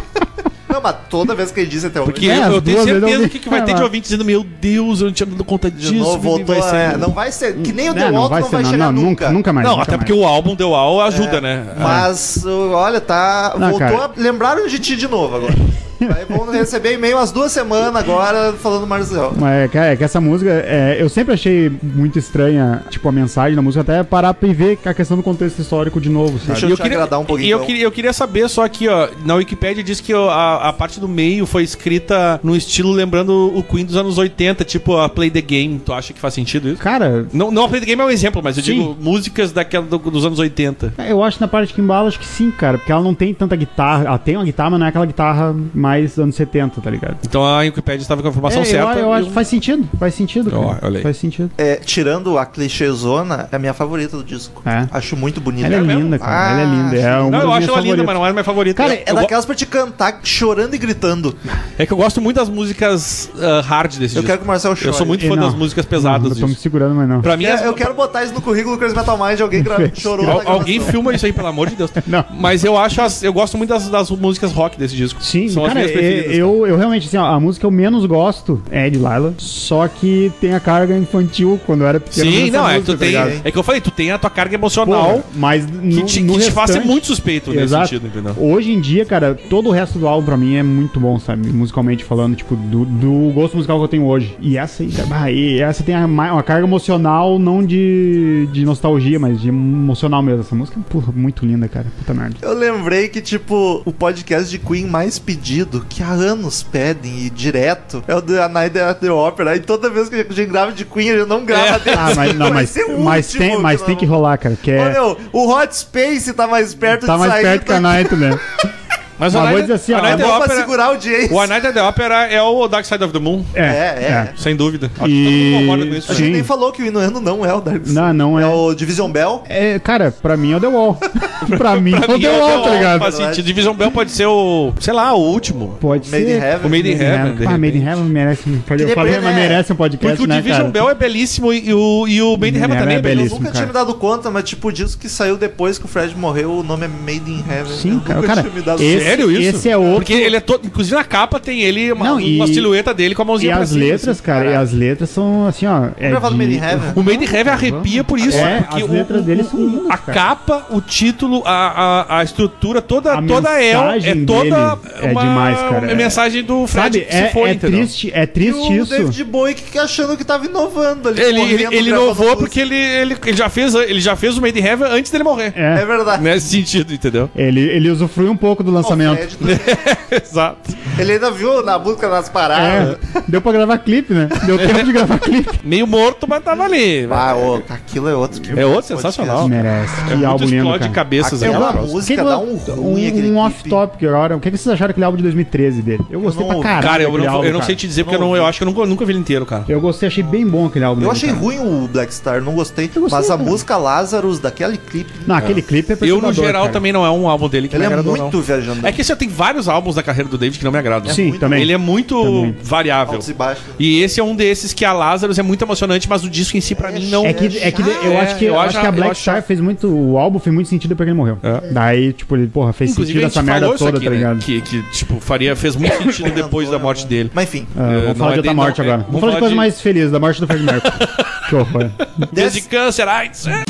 Não, mas toda vez que ele diz "Então, até hoje... Porque É, eu, as eu tenho duas vezes eu certeza ouvi. Ah, que, que vai ter de ouvinte dizendo: Meu Deus, eu não tinha me dado conta disso. De novo, e voltou vai a- ser- é, Não vai ser. Que nem o Não, The Wall não vai, chegar nunca. nunca. Nunca mais. Não, nunca até mais. porque o álbum deu ao ajuda, É. né? Mas, uh, olha, tá. Não, voltou cara. a. Lembraram de ti de novo agora. Aí vão receber e-mail umas duas semanas agora falando Marcel. Mas, é, cara, é que essa música, é, eu sempre achei muito estranha, tipo, a mensagem da música, até parar pra ver a questão do contexto histórico de novo, sabe? Deixa eu E te agradar um pouquinho, E eu, então. queria, eu queria saber só aqui, ó. Na Wikipédia diz que ó, a, a parte do meio foi escrita num estilo lembrando o Queen dos anos 80, tipo a Play the Game. Tu acha que faz sentido isso? Cara, Não, não a Play the Game é um exemplo, mas eu Sim. digo músicas daquela do- dos anos 80. eu acho que na parte que embala, acho que sim, cara, porque ela não tem tanta guitarra, ela tem uma guitarra, mas não é aquela guitarra mais anos 70, tá ligado? Então a Wikipédia estava com a informação É, certa. eu, eu e acho o- faz sentido, faz sentido, cara. Ó, olha aí. Faz sentido. É, tirando a clichêzona, é a minha favorita do disco. É. Acho muito bonita. Ela é mesmo? linda, cara, Ah, ela é linda. É Não, eu uma das acho minhas ela linda, favoritas. mas não é minha favorita. Cara, eu, é eu go- daquelas pra te cantar chorando e gritando. é que eu gosto muito das músicas ah, hard desse Eu disco. quero que o Marcel chore. Eu sou muito E fã É, não. das músicas Não, pesadas Eu tô me disso. segurando, mas não. Pra mim, Eu, as- eu quero botar isso no currículo do Crazy Metal Mind. Alguém gra- chorou. na Al- gravação. alguém filma isso aí, pelo amor de Deus. Não. Mas eu acho as- eu gosto muito das, das músicas rock desse disco. Sim, São cara, é, as minhas preferidas. eu, eu realmente, assim, ó, a música que eu menos gosto é de Lila, só que tem a carga infantil quando eu era pequeno. Sim, nessa não, é, música, tu tá tem, ligado? é que eu falei, tu tem a tua carga emocional Porra, mas no, que te, no que te faz ser restante- muito suspeito Exato. nesse sentido, entendeu? Hoje em dia, cara, todo o resto do álbum pra mim é muito bom, sabe? Musicalmente falando, tipo, do, do gosto musical que eu tenho hoje. E essa aí, cara, bah, e essa tem a ma- uma carga emocional, não de, de nostalgia, mas de emocional mesmo. Essa música, porra, muito linda, cara. Puta merda. Eu lembrei que, tipo, o podcast de Queen mais pedido, que há anos pedem e direto, é o da Night at the Opera. E toda vez que a gente grava de Queen, a gente não grava É. desse. Ah, mas, não, Vai mas, ser o mas, último tem, mas que tem não- que rolar, cara, que Ô, é... meu, o Hot Space tá mais perto Tá de mais sair. perto do que a Night, né? Mas Mas a vou Night- dizer assim, ó, a é É Night bom at the pra Opera, segurar a audiência. o A Night at the Opera é o Dark Side of the Moon, É, É, é. é. sem dúvida. Acho que todo mundo E... concorda com isso, A né? gente nem Sim. falou que o Inuendo não é o Dark Side. Não, não É é... o Division Bell. é. Cara, pra mim é o The Wall. pra mim Pra é o mim, é The Wall, tá ligado? Faz Verdade. sentido. Division Bell pode ser o, sei lá, o último. Pode Made in ser. Heaven. O Made in Heaven, de Ah, Made in repente. Heaven merece um Que podcast. Eu falei, depois, mas né? merece um podcast, Porque o né, Division cara? Bell é belíssimo e o, e o Made in Heaven Heaven também é é belíssimo. belíssimo. Nunca tinha cara. me dado conta, mas tipo, o disco que saiu depois que o Fred morreu, o nome é Made in Heaven. Eu Sim, nunca cara. cara tinha me dado esse, conta. Sério isso? Esse é outro. Porque ele é todo. Inclusive na capa tem ele, uma, Não, e- uma silhueta dele com a mãozinha E pra as cima, letras, assim. cara, e as letras são assim, ó. É Gravado de- Made in Heaven. O Made in Heaven arrepia por isso. É, porque as letras dele são lindas, A cara. capa, o título, a, a, a estrutura, toda, A toda é, um- é mensagem toda dele é demais, cara. uma É. mensagem do Fred Sabe, que se é, foi, é entendeu? triste, é E triste o isso. David Bowie que achando que tava inovando ali. Ele, correndo, ele, gravando ele inovou música. porque ele, ele, ele já fez, ele já fez o Made in Heaven antes dele morrer. É É, verdade. Nesse sentido, entendeu? ele, ele usufruiu um pouco do Não, lançamento lançamento. crédito. Exato. tá- Ele ainda viu na busca nas É, paradas. deu pra gravar clipe, né? Deu tempo de gravar clipe. Meio morto, mas tava ali. Ah, ô, aquilo é outro. É outro sensacional. Merece. É Que muito álbum lindo, explode de cara. cabeças né? Aquela aquela música. música. Que que dá eu- um ruim aquele um clipe. off-topic agora. O que que vocês acharam daquele álbum de 2013 dele? Eu gostei não- pra caralho. Cara, tá eu daquele não, álbum, eu não cara. sei te dizer porque eu, não, eu acho que eu nunca, nunca vi ele inteiro, cara. Eu gostei, achei bem bom aquele álbum. Eu dele, achei cara. ruim o Black Star, não gostei. gostei, mas a cara. música Lazarus daquele clipe. Não, aquele clipe é Eu, no perturbador, geral, cara. também não é um álbum dele que Ele me é agradou, muito não. viajando. É que assim, tem vários álbuns da carreira do David que não me agradam. Sim, muito- também. Ele é muito Também. variável. Altos e baixos. E esse é um desses que a Lazarus é muito emocionante, mas o disco em si, pra mim, não. É que, é que Ah, eu é, acho que, eu eu acho- acho que a eu Black acho- Star fez muito. O álbum fez muito sentido depois que ele morreu. É. Daí, tipo, ele, porra, fez Inclusive, a sentido gente essa merda falou isso toda, aqui, tá né? ligado? Que, que, tipo, faria, fez muito sentido depois da morte dele. Mas enfim. Eh, Ah, não vamos falar é de outra de- morte não, é- agora. vamos Vamos falar de falar coisa de- mais feliz, da morte do Fred Mercury. que horror. Desde câncer, AIDS. é.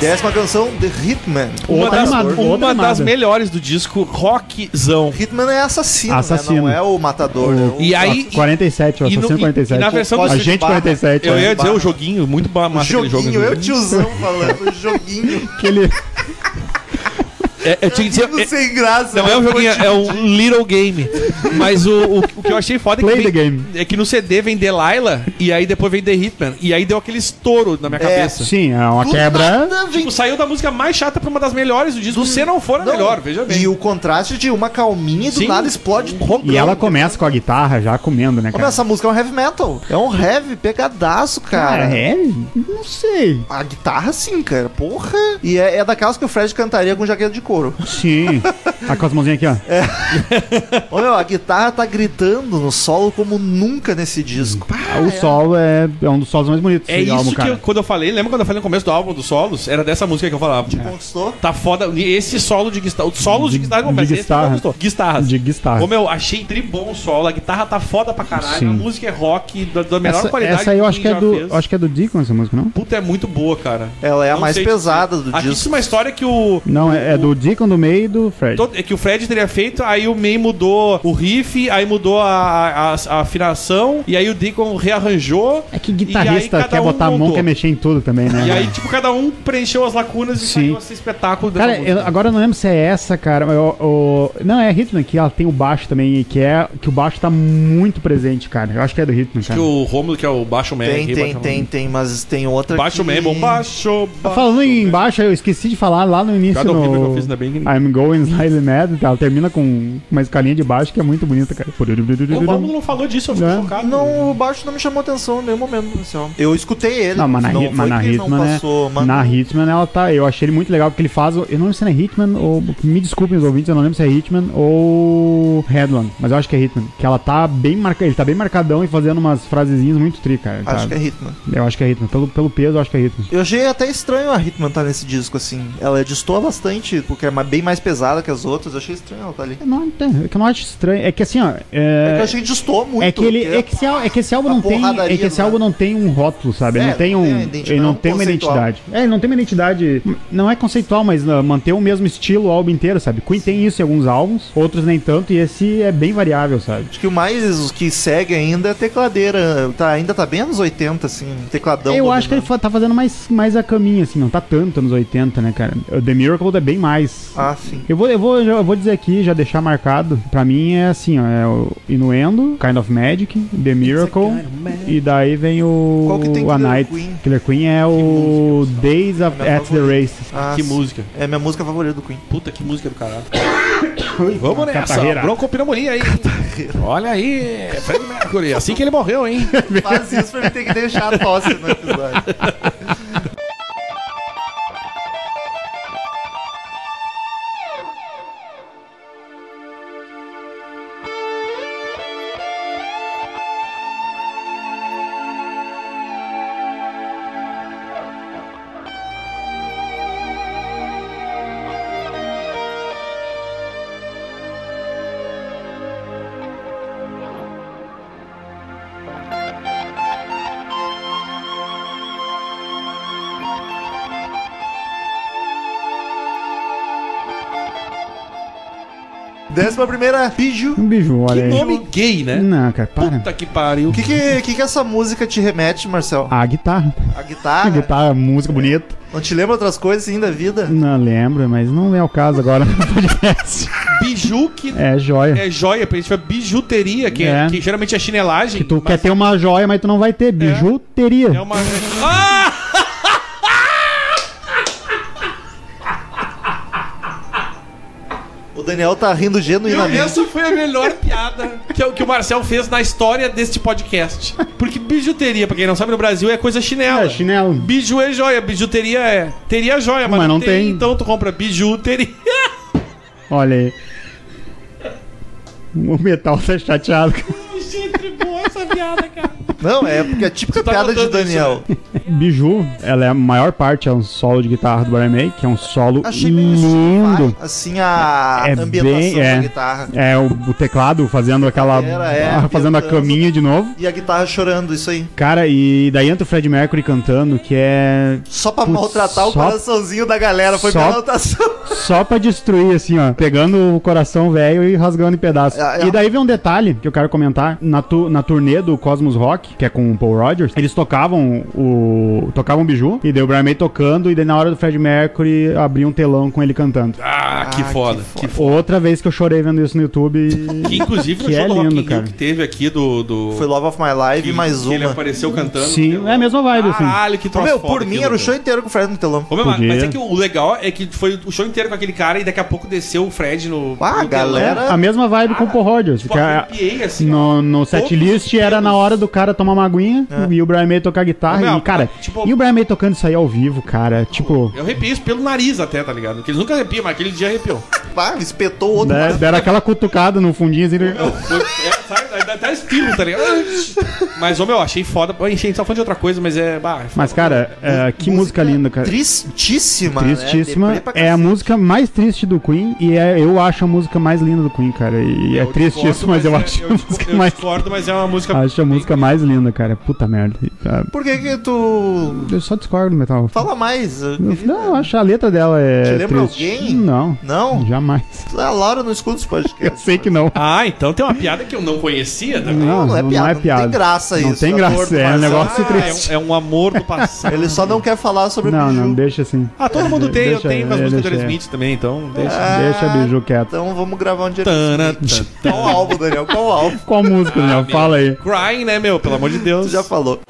Décima canção, The Hitman. Uma, Outra das, animada, uma outra das animada. melhores do disco, rockzão. Hitman é assassino, Assassino. Né? não é o matador. é o- E aí. 47, o E no- Assassino e- 47. e na versão do A Cid gente Barra, 47. Eu é. ia dizer o joguinho, muito ba- massa aquele jogo. Joguinho, eu tiozão falando, joguinho. Aquele- É, eu tinha que dizer. Tudo é- sem graça. Não é um joguinho, é um Little Game. Mas o, o, o que eu achei foda é que, Play the vem- game. é que no CD vem Delilah e aí depois vem The Hitman. E aí deu aquele estouro na minha cabeça. Sim, é uma quebra. Tipo, saiu da música mais chata pra uma das melhores do disco, se não for a melhor, veja bem. E o contraste de uma calminha e do Sim. nada explode. E ela começa com a guitarra já comendo, né, Olha, cara? essa música é um heavy metal. É um heavy pegadaço, cara. é? Não sei. A guitarra sim, cara. Porra. E é, é daquelas que o Fred cantaria com jaqueta de couro. Sim. Ah, com as mãozinhas aqui, ó. Ô meu, a guitarra tá gritando no solo como nunca nesse disco. o solo é, é um dos solos mais bonitos É desse isso álbum, que cara. eu, quando eu falei, lembra quando eu falei no começo do álbum dos solos? Era dessa música que eu É. falava. Tipo, Gostou? Tá foda. E Esse solo de guitarra. Os solos de guitarra, não, de mas esse guitarra. não gostou. Guitarras. De guitarra. Ô meu, achei tri bom o solo. A guitarra tá foda pra caralho. Sim. A música é rock da, da melhor essa, qualidade. essa aí eu acho que quem é já do. fez. Acho que é do Deacon essa música, não? Puta, é muito boa, cara. Ela é a Não mais sei pesada do Aqui disco. existe uma história que o. Não, é, é do Deacon, do meio e do Fred. todo- é que o Fred teria feito, aí o May mudou o riff, aí mudou a, a- a afinação, e aí o Deacon rearranjou. É que e aí guitarrista cada quer um botar a mão, montou. quer mexer em tudo também, né? E aí, tipo, cada um preencheu as lacunas e Sim. saiu esse espetáculo dessa Cara, eu- música. agora eu não lembro se é essa, cara. mas eu- eu- não, é Hitman, que ela tem o baixo também, e que é que o baixo tá muito presente, cara. Eu acho que é do Hitman, Que cara. o Romulo, que é o baixo man Tá. Tem, aqui, tem, baixo tem, tem, mas tem outra Baixo que... man, é bom, baixo, baixo. Tá Falando em baixo, eu esqueci de falar lá no início Cada no... horrível que eu fiz, ainda bem que- I'm going slightly mad, tá? ela termina com uma escalinha de baixo que é muito bonita, cara. O Romulo não falou disso, eu fico Né? chocado. Não, o baixo não me chamou atenção em nenhum momento. Assim, ó. Eu escutei ele. Não, mas na, não Hit- mas foi na que não Hitman, né? passou, mas- Na Hitman ela tá. Eu achei ele muito legal porque ele faz. o- Eu não lembro se é Hitman ou. Me desculpem os ouvintes, eu não lembro se é Hitman ou. Headland, mas eu acho que é Hitman. Que ela tá bem marca, Ele tá bem marcadão e fazendo umas frasezinhas muito tri, cara. Ele Acho que tá- é Hitman. Eu acho que é Hitman. Pelo, pelo peso, eu acho que é Hitman. Eu achei até estranho a Hitman estar nesse disco, assim. Ela destoa bastante, porque é ma- bem mais pesada que as outras. Eu achei estranho ela tá ali. Eu Não, é que eu não acho estranho. É que assim, ó. É, que eu É, achei que destoa muito. é que ele. porque- É que esse, al- é que esse álbum a não tem. É que porradaria, esse né? álbum não tem um rótulo, sabe? Ele É, não tem não tem um. uma identidade, Ele é não um tem uma conceitual. identidade. É, ele não tem uma identidade. Não é conceitual, mas uh, manter o mesmo estilo o álbum inteiro, sabe? Queen tem isso em alguns álbuns, outros nem tanto, e esse é bem variável, sabe? Acho que o mais o que segue ainda é tecladeira. Tá, ainda tá bem anos 80, assim, um tecladão. Eu acho que ele fa- tá fazendo mais, mais a caminha, assim, não tá tanto nos 80, né, cara? O The Miracle é bem mais. Ah, sim. Eu vou, eu, vou, eu vou dizer aqui, já deixar marcado. Pra mim é assim, ó. É o Inuendo, Kind of Magic, The Miracle. E daí vem o. Qual que tem o A Killer Night. Queen? Killer Queen é o Days of, É minha at the favorita. Races. Ah, Que sim. música. É a minha música favorita do Queen. Puta, que música do caralho. É Tá Vamos nessa. Catarreira. Broncopneumonia aí. Olha aí. Fred Mercury. Assim que ele morreu, hein? Faz isso pra ele ter que deixar a tosse no episódio. Décima primeira, Biju. Um biju, Que olha aí. nome gay, né? Não, cara, para. Puta que pariu. O que que, que que essa música te remete, Marcel? A guitarra. A A Ah, guitarra? Ah, guitarra, Hum. música bonita. Não te lembra outras coisas ainda da vida? Não lembro, mas não é o caso agora no podcast. Biju que É joia. é joia, pra gente ver bijuteria, que, é. É. que geralmente é chinelagem. Que tu mas quer ter uma joia, mas tu não vai ter. Bijuteria. É uma. Ah! O Daniel tá rindo Eu- genuinamente. essa foi a melhor piada que, o- que o Marcel fez na história deste podcast. Porque bijuteria, pra quem não sabe, no Brasil é coisa chinela. É, chinelo. Biju é joia, bijuteria é. Teria joia, mas, Mas não não tem, tem. Então tu compra bijuteria. Olha aí. O metal tá chateado. Gente, boa essa piada, cara. Não, é porque é a típica Tu tá piada de notando Daniel. né? Biju, ela é a maior parte, é um solo de guitarra do Brian May, que é um solo Achei meio lindo. sci-fi, assim a É ambientação bem- da é. guitarra. É o, o teclado fazendo aquela. Era, é, ah, fazendo a ambientando. caminha de novo. E a guitarra chorando, isso aí. Cara, e daí entra o Fred Mercury cantando, que é. Só pra Putz, maltratar o só- coraçãozinho da galera. Foi só- minha anotação. Só pra destruir, assim, ó. Pegando o coração velho e rasgando em pedaços. Ah, É, é. E daí vem um detalhe que eu quero comentar. Na, tu- na turnê do Cosmos Rock, que é com o Paul Rogers, eles tocavam o. tocavam biju. E daí o Brian May tocando, e daí na hora do Fred Mercury abria um telão com ele cantando. Ah, que foda. Que, foda. Outra vez que eu chorei vendo isso no YouTube. Que, inclusive no Que jogo é do Rock in lindo, Rio cara. que teve aqui do. do... Foi Love of My Life que, e mais que Ele uma. apareceu cantando. Sim, é a mesma vibe, assim. Caralho, que Ô, troço meu, foda por mim aquilo, era o cara. show inteiro com o Fred no telão. Ô, meu, mas- Podia. mas é que o legal é que foi o show inteiro com aquele cara e daqui a pouco desceu o Fred no. Ah, no telão. galera. É, a mesma vibe com o Paul Rogers. Tipo, que é a- arrepiei, assim. ó. no no Todos setlist os era na tempos. hora do cara tomar uma aguinha e o Brian May tocar guitarra. É. Meu, e, cara, tipo- e o Brian May tocando isso aí ao vivo, cara. Tipo, Eu arrepiei isso pelo nariz até, tá ligado? Porque eles nunca arrepiam, mas aquele dia arrepiou. Pá, espetou o outro. Né? da- Né? deram aquela cutucada no fundinho assim. ele- Foi- é, sabe, dá até espirro, tá ligado? Mas, ô meu, achei foda. Pô, Enchei só fã de outra coisa, mas é. Bah, é foda. Mas, cara, é, que música, linda, cara. Tristíssima. né? Tristíssima. Deprê pra É a cacete. música mais triste do Queen e é, eu acho a música mais linda do Queen, cara. E Eu é triste isso, discordo, mas eu é- acho a eu, discordo- música eu mais. discordo, mas é uma música. Acho a música mais linda, cara. Puta merda. Por que que tu. Eu só discordo, Metal. Fala mais. eu queria- Não, eu acho a letra dela é. Te lembra triste. alguém? Não. Não? Jamais. A Laura não escuta os podcasts. Uhum. Eu sei que não. Ah, então tem uma piada que eu não conhecia também. Ah, Não, não é piada. Não tem graça Não isso. tem tá graça, gordo, é um mas- negócio Ah, é. triste. é, um, é um amor do passado. Ele só não quer falar sobre Não, Biju. não, deixa assim. Ah, todo mundo tem, eu Deixa- tenho as é, músicas do deixa- Aerosmith também, então deixa. Deixa biju quieto. Então vamos gravar um dia. Tana, Qual o álbum, Daniel? Qual o álbum? Ah. Qual música, Daniel? meu. Fala aí. Crying, né, meu? Pelo amor de Tu Deus. já falou.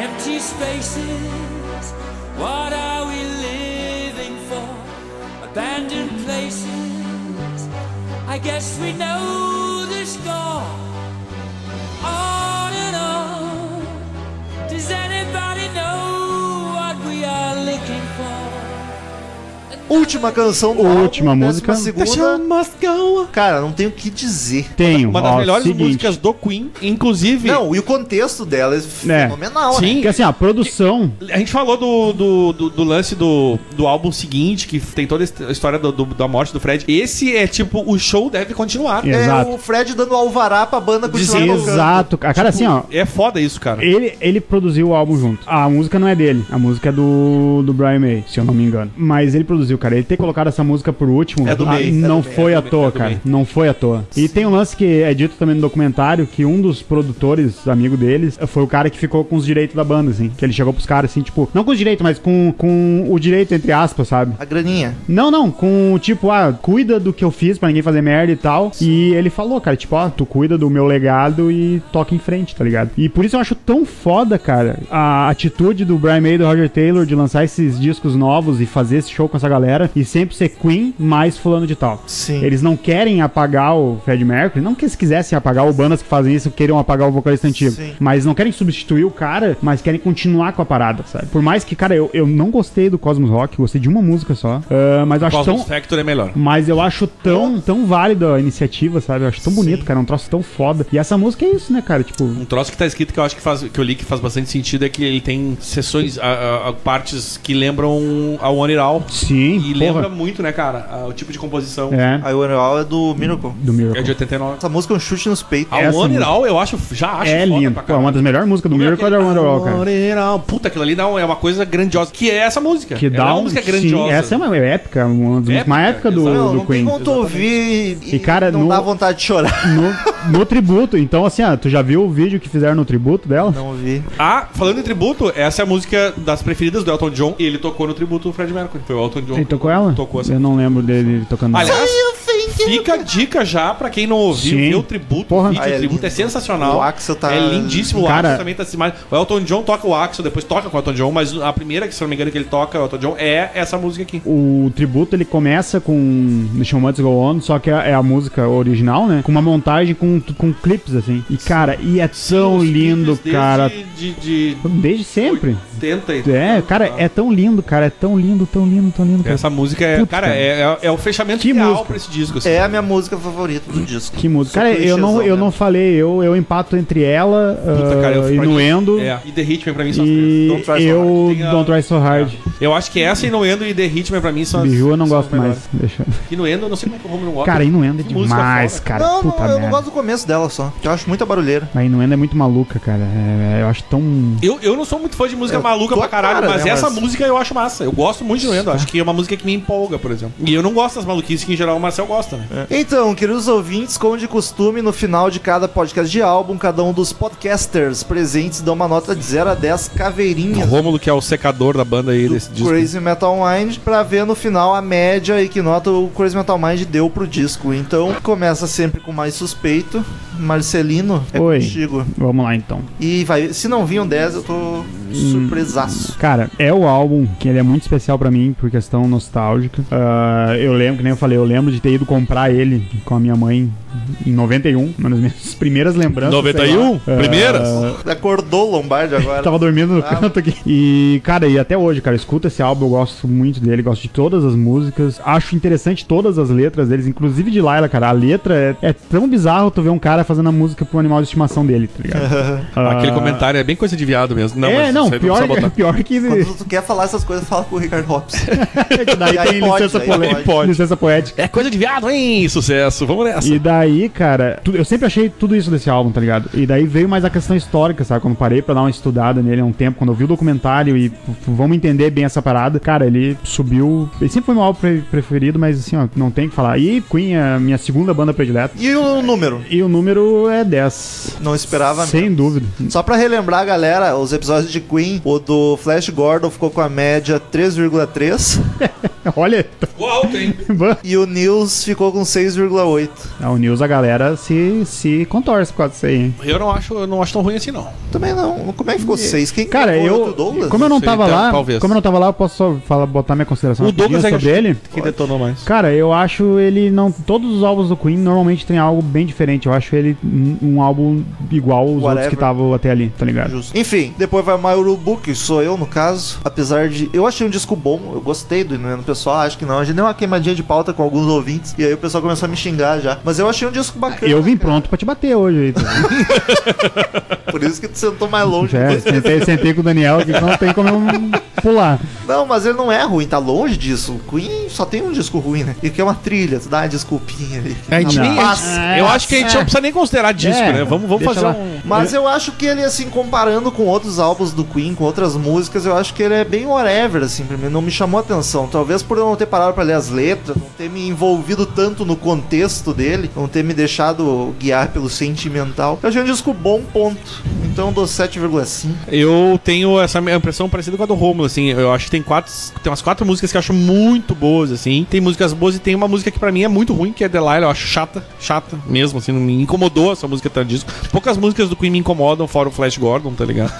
Empty spaces, what are we living for? Abandoned places, I guess we know the score. On and on, does anybody know what we are looking for? Última canção do Última álbum, música. décima segunda. Cara, não tenho o que dizer. Tenho. Uma das ó, melhores seguinte. músicas do Queen, inclusive. Não, e o contexto dela é fenomenal, né? Sim. Que assim, a produção. A gente falou do, do, do- do lance do, do álbum seguinte, que tem toda a história do- do- da morte do Fred. Esse é tipo, o show deve continuar. É. É Exato. o Fred dando alvará pra banda continuar Dizem- tocando. Exato. Cara, assim, ó. É foda isso, cara. Ele, ele produziu o álbum junto. A música não é dele, a música é do, do Brian May, se eu não me engano. Mas ele produziu, cara. Ele ter colocado essa música por último É do ah, May, é do não May, foi é do à May, toa, é do May. cara. Não foi à toa. E tem um lance que é dito também no documentário que um dos produtores, amigo deles, foi o cara que ficou com os direitos da banda, assim. Que ele chegou pros caras, assim, tipo, não com os direitos, mas com, com o direito, entre aspas, sabe? A graninha. Não, não, com tipo, ah, cuida do que eu fiz pra ninguém fazer merda e tal. E ele falou, cara, tipo, ó, tu cuida do meu legado e toca em frente, tá ligado? E por isso eu acho tão foda, cara, a atitude do Brian May e do Roger Taylor de lançar esses discos novos e fazer esse show com essa galera e sempre ser Queen mais fulano de tal. Sim. Eles não querem apagar o Fred Mercury, não que eles quisessem apagar, ou bandas que fazem isso queiram apagar o vocalista antigo. Sim. Mas não querem substituir o cara, mas querem continuar com a parada, sabe? Por mais que, cara, eu, eu não gostei do Cosmos Rock, gostei de uma música só. ah, mas eu acho Cosmos tão. Factor é melhor. Mas eu acho tão, tão válida a iniciativa, sabe? Eu acho tão bonito, cara. É um troço tão foda. E essa música é isso, né, cara? Tipo, Um troço que tá escrito que eu acho que faz que eu li que faz bastante sentido é que ele tem sessões, a- a- a partes que lembram a One It All. sim. E E Porra. lembra muito, né, cara, a- o tipo de composição. É, É, I Wanna All é do Miracle. do Miracle. de 89. Essa música é um chute nos peitos. A Essa One It música- All, eu acho, já acho É foda lindo. pra Pô, é caralho. uma das melhores músicas do Como é Miracle é aquele- a Wonderwall, cara. I Wanna It All. Puta, aquilo ali não, é uma coisa grandiosa. Que é essa música. Que Ela dá é uma um- música sim, grandiosa. essa é uma épica, uma das músicas mais Épica, épica do, Não, do não tem Queen. como tu ouvir e, E, cara, não no- dá vontade de chorar. No, no tributo, então assim, ah, tu já viu o vídeo que fizeram no tributo dela? Não ouvi. Ah, falando em tributo, essa é a música das preferidas do Elton John e ele tocou no tributo do Fred Mercury. Foi o Elton John. Ele que tocou ela? Tocou essa. Eu não lembro dele tocando. ela. Aliás, fica a dica já pra quem não ouviu, Sim. vê o tributo. Porra. O, vídeo, Ah, é o tributo lindo. é sensacional. O Axel tá- É lindíssimo. O Cara- Axel também tá se mais. O Elton John toca o Axel, depois toca com o Elton John, mas a primeira, que se não me engano, que ele toca, o Elton John, é essa música aqui. O tributo ele começa com The Show Must Go On, só que é é a música original, né? Com uma montagem com, com clipes assim. E cara, e é tão Os lindo, clipes desde- cara. De, de Desde sempre. 80 e É, cara, é tão lindo, cara. É tão lindo, tão lindo, tão lindo. Cara. Essa música é, Puta, cara, cara. é, é- é o fechamento Que ideal música. pra esse disco. assim. É a minha música favorita do disco. Que música. Cara, Sou eu não, clichêzão, eu né? não falei, eu, eu empato entre ela, Puta, cara, eu ah, fico pra- Inuendo É, e The Hitman pra mim são as três. e Don't Try So eu Hard. Tem a- Don't Try So Hard. Eu acho que essa Inuendo e The Hitman pra mim são as. Biju eu não são as gosto mais. melhores. Deixa... Inuendo, eu não sei como é que o Romulo não gosta. Cara, Inuendo é Que música demais, foda. cara. Não, Puta não, eu merda. não gosto do começo dela só. Que eu acho muita barulheira. Mas Inuendo é muito maluca, cara. É, é, eu acho tão. eu, eu não sou muito fã de música Eu- maluca tua pra caralho, cara, mas né, essa mas- música eu acho massa. Eu gosto muito de Inuendo. Acho que é uma música que me empolga, por exemplo. E eu não gosto das maluquices que em geral o Marcel gosta, né? É. Então, queridos ouvintes, como de costume, no final de cada podcast de álbum, cada um dos podcasters presentes dão uma nota de 0 a 10 caveirinhas. Rômulo, que é o secador da banda aí do Crazy Metal Mind pra ver no final a média e que nota o Crazy Metal Mind deu pro disco. Então começa sempre com mais suspeito. Marcelino, é Oi. contigo. Vamos lá então. E vai, se não vinham 10, eu tô surpresaço. Cara, é o álbum que ele é muito especial pra mim por questão nostálgica. Ah, eu lembro, que nem eu falei, eu lembro de ter ido comprar ele com a minha mãe em 91, uma das minhas primeiras lembranças. sei lá. 91? Ah, Primeiras? Acordou o Lombardi agora. Tava dormindo no Ah. canto aqui. E, cara, e até hoje, cara, escuta esse álbum, eu gosto muito dele, gosto de todas as músicas. Acho interessante todas as letras deles, inclusive de Laila, cara. A letra é, é tão bizarro tu ver um cara fazendo a música pro animal de estimação dele, tá ligado? Ah, comentário é bem coisa de viado mesmo. é, não, pior, pior que. É Quando tu quer falar essas coisas, fala com o Ricardo Hobbs. que daí Aí tem pode, licença aí poética. pode. Licença poética. É coisa de viado, hein? Sucesso. Vamos nessa. E daí, cara, tu- eu sempre achei tudo isso desse álbum, tá ligado? E daí veio mais a questão histórica, sabe? Quando parei pra dar uma estudada nele há um tempo, quando eu vi o documentário e f- vamos entender bem essa parada, cara, ele subiu. Ele sempre foi meu álbum pre- preferido, mas assim, ó, não tem o que falar. E Queen é a minha segunda banda predileta. E o número? E o número é 10. Não esperava Sem dúvida. Só pra relembrar, galera, os episódios de Queen, o do Flash Gordon ficou com a média 3,3 Olha, Ficou alto, hein? e o News ficou com 6,8. é, o News, a galera se, se contorce por causa disso aí, hein? Eu não acho, eu não acho tão ruim assim, não. Também não. Como é que ficou 6? Quem Cara, foi o eu. do Douglas? Como eu não Não sei, tava então, lá, talvez. como eu não tava lá, eu posso só falar, botar minha consideração O rapidinha Douglas é sobre ele? Quem detonou mais? Cara, eu acho ele não. Todos os álbuns do Queen normalmente tem algo bem diferente. Eu acho ele um- um álbum igual os outros Whatever. que estavam até ali, tá ligado? Justo. Enfim, depois vai Maiurubu, que sou eu no caso. Apesar de. Eu achei um disco bom, eu gostei do Inuendo Pessoal, acho que não. A gente deu uma queimadinha de pauta com alguns ouvintes. E aí o pessoal começou a me xingar já. Mas eu achei um disco bacana. Eu vim pronto pra te bater hoje. aí, tá? Por isso que tu sentou mais longe. É, sentei, sentei com o Daniel aqui, não tem como eu pular. Não, mas ele não é ruim, tá longe disso. O Queen só tem um disco ruim, né? E que é uma trilha, tu dá uma desculpinha ali. A gente Não. Ah, nem- Passa. eu acho que a gente não precisa nem considerar disco, É, né? Vamos, vamos deixa fazer lá. um. Mas eu acho que ele, assim, comparando com outros álbuns do Queen, com outras músicas, eu acho que ele é bem whatever, assim, pra mim. Não me chamou atenção. Talvez por eu não ter parado pra ler as letras, não ter me envolvido tanto no contexto dele, não ter me deixado guiar pelo sentimental. Eu achei um disco bom, ponto. Então eu dou 7,5. Eu tenho essa minha impressão parecida com a do Romulo, assim. Eu acho que tem quatro. Tem umas quatro músicas que eu acho muito boas, assim. Tem músicas boas e tem uma música que pra mim é muito ruim, que é Delilah. Eu acho chata, chata mesmo, assim. não Me incomodou essa música tanto disco. Poucas músicas do Queen me incomodam, fora o Flash Gordon, tá ligado?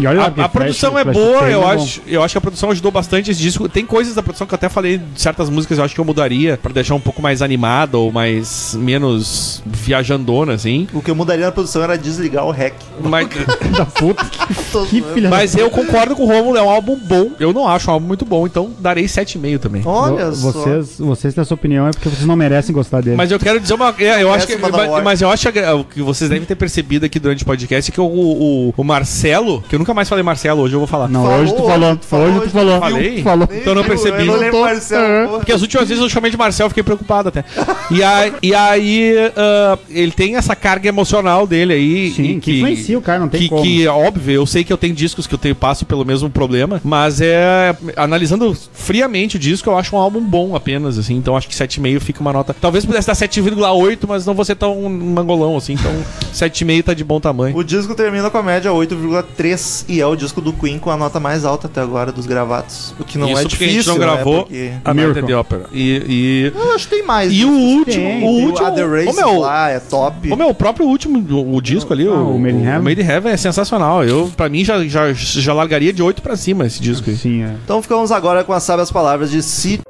E olha A, lá, a porque Flash- produção é Flash boa, Taylor eu é bom. acho. Eu acho que a produção ajudou bastante esse disco. Tem coisas da produção que eu até falei de certas músicas eu acho que eu mudaria pra deixar um pouco mais animada ou mais menos viajandona, assim. O que eu mudaria na produção era desligar o hack. Mas, Da puta, que, Tô que zoando. filha da- mas eu concordo com o Romulo, é um álbum bom. Eu não acho um álbum muito bom, então darei 7,5 também. Olha Vo- só. vocês, vocês, na sua opinião, é porque vocês não merecem gostar dele. Mas eu quero dizer uma. é, Eu acho que, Péssima da mas, Warner. mas eu acho que é, o que vocês devem ter percebido aqui durante o podcast é que o, o, o Marcelo, que eu nunca mais falei Marcelo, hoje eu vou falar. Não, Falou, hoje tu falou. hoje tu falou, hoje tu falou. Falei? Tu falou. Então eu não Viu? percebi. Eu não lembro, Tô- Marcelo. É. porra. Porque as últimas vezes eu chamei de Marcel, fiquei preocupado até. E aí, e aí ah, ele tem essa carga emocional dele aí. Sim, e que influencia o cara, não tem que, como. que é óbvio, eu sei que eu tenho discos que eu tenho passo pelo mesmo problema, mas é. Analisando friamente o disco, eu acho um álbum bom apenas, assim. Então acho que 7,5 fica uma nota. Talvez pudesse dar 7,8, mas não vou ser tão mangolão assim. Então 7,5 tá de bom tamanho. O disco termina com a média 8,3 e é o disco do Queen com a nota mais alta até agora dos gravados. O que não é porque difícil, a gente não gravou né? Porque... a Night Miracle. at the Opera. E. e... Eu acho que tem mais. E o último, Tem, o Tem último, A The Race ô, meu, lá é top. O meu próprio último o, o disco ali, o, Ah, o Made in o Heaven. Made in Heaven é sensacional. Eu, pra mim, já, já, já largaria de 8 pra cima esse disco aí. Sim, é. Então ficamos agora com as sábias palavras de Si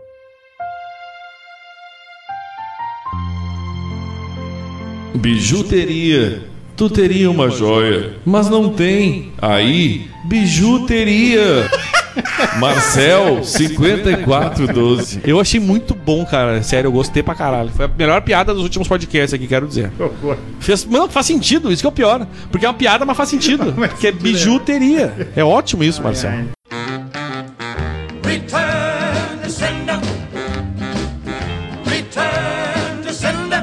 Bijuteria. Tu teria uma joia, mas não tem. Aí, bijuteria. Marcel 5412. Eu achei muito bom, cara. Sério, eu gostei pra caralho. Foi a melhor piada dos últimos podcasts aqui, quero dizer. Fez, não, faz sentido, isso que é o pior. Porque é uma piada, mas faz sentido. Porque é bijuteria. É ótimo isso, Marcel. Return to sender. Return to sender.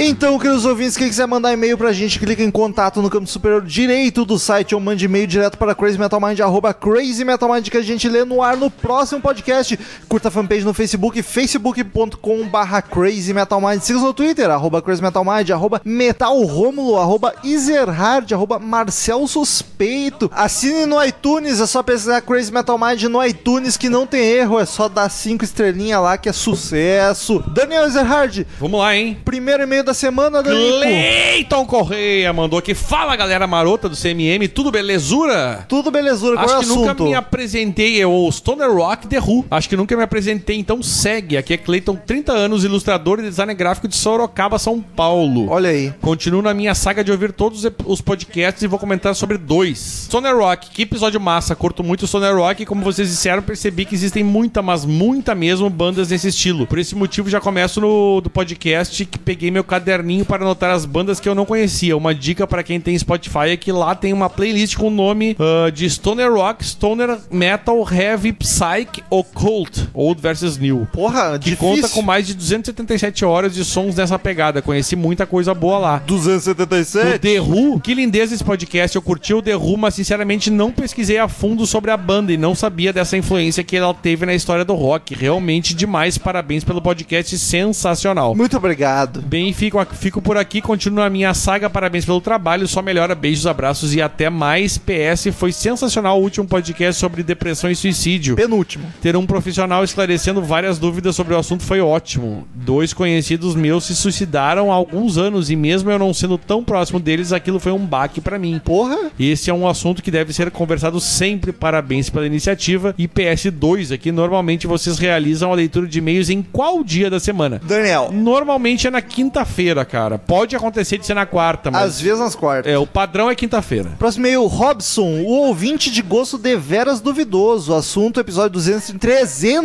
Então, queridos ouvintes, quem quiser mandar e-mail pra gente, clica em contato no campo superior direito do site ou mande e-mail direto para crazymetalmind, arroba crazymetalmind, que a gente lê no ar no próximo podcast. Curta a fanpage no Facebook, facebook.com barra crazymetalmind. Siga-nos no Twitter, arroba crazymetalmind, arroba metalromulo, arroba iserhard, arroba marcel suspeito. Assine no iTunes, é só pesquisar Crazy Metal Mind no iTunes, que não tem erro, é só dar cinco estrelinhas lá, que é sucesso. Daniel Ezerhard, Vamos lá, hein? Primeiro e-mail da semana, Danico. Cleiton Correia mandou aqui. Fala, galera marota do CMM, tudo belezura? Tudo belezura, qual é Acho o que nunca assunto? me apresentei, é o Stoner Rock The Who. Acho que nunca me apresentei, então segue. Aqui é Cleiton, 30 anos, ilustrador e designer gráfico de Sorocaba, São Paulo. Olha aí. Continuo na minha saga de ouvir todos os podcasts e vou comentar sobre dois. Stoner Rock, que episódio massa. Curto muito o Stoner Rock e, como vocês disseram, percebi que existem muita, mas muita mesmo, bandas nesse estilo. Por esse motivo, já começo no do podcast que peguei meu caderninho para anotar as bandas que eu não conhecia. Uma dica para quem tem Spotify é que lá tem uma playlist com o nome ah, de Stoner Rock, Stoner Metal, Heavy, Psych, Occult, Old versus New Porra, que conta com mais de 277 horas de sons nessa pegada. Conheci muita coisa boa lá. 277? O The Who, que lindeza esse podcast. Eu curti o The Who, mas sinceramente não pesquisei a fundo sobre a banda e não sabia dessa influência que ela teve na história do rock. Realmente demais. Parabéns pelo podcast sensacional. Muito obrigado. Bem, fico, fico por aqui, continuo a minha saga. Parabéns pelo trabalho, só melhora. Beijos, abraços e até mais. PS, foi sensacional o último podcast sobre depressão e suicídio. Penúltimo. Ter um profissional esclarecendo várias dúvidas sobre o assunto foi ótimo. Dois conhecidos meus se suicidaram há alguns anos e mesmo eu não sendo tão próximo deles, aquilo foi um baque pra mim. Porra. Esse é um assunto que deve ser conversado sempre. Parabéns pela iniciativa. E PS2 aqui, normalmente vocês realizam a leitura de e-mails em qual dia da semana? Daniel, Normalmente é na quinta-feira, cara. Pode acontecer de ser na quarta, mas às vezes nas quartas. é, o padrão é quinta-feira. Próximo e-mail, Robson, o ouvinte de gosto deveras duvidoso. Assunto, episódio 200, e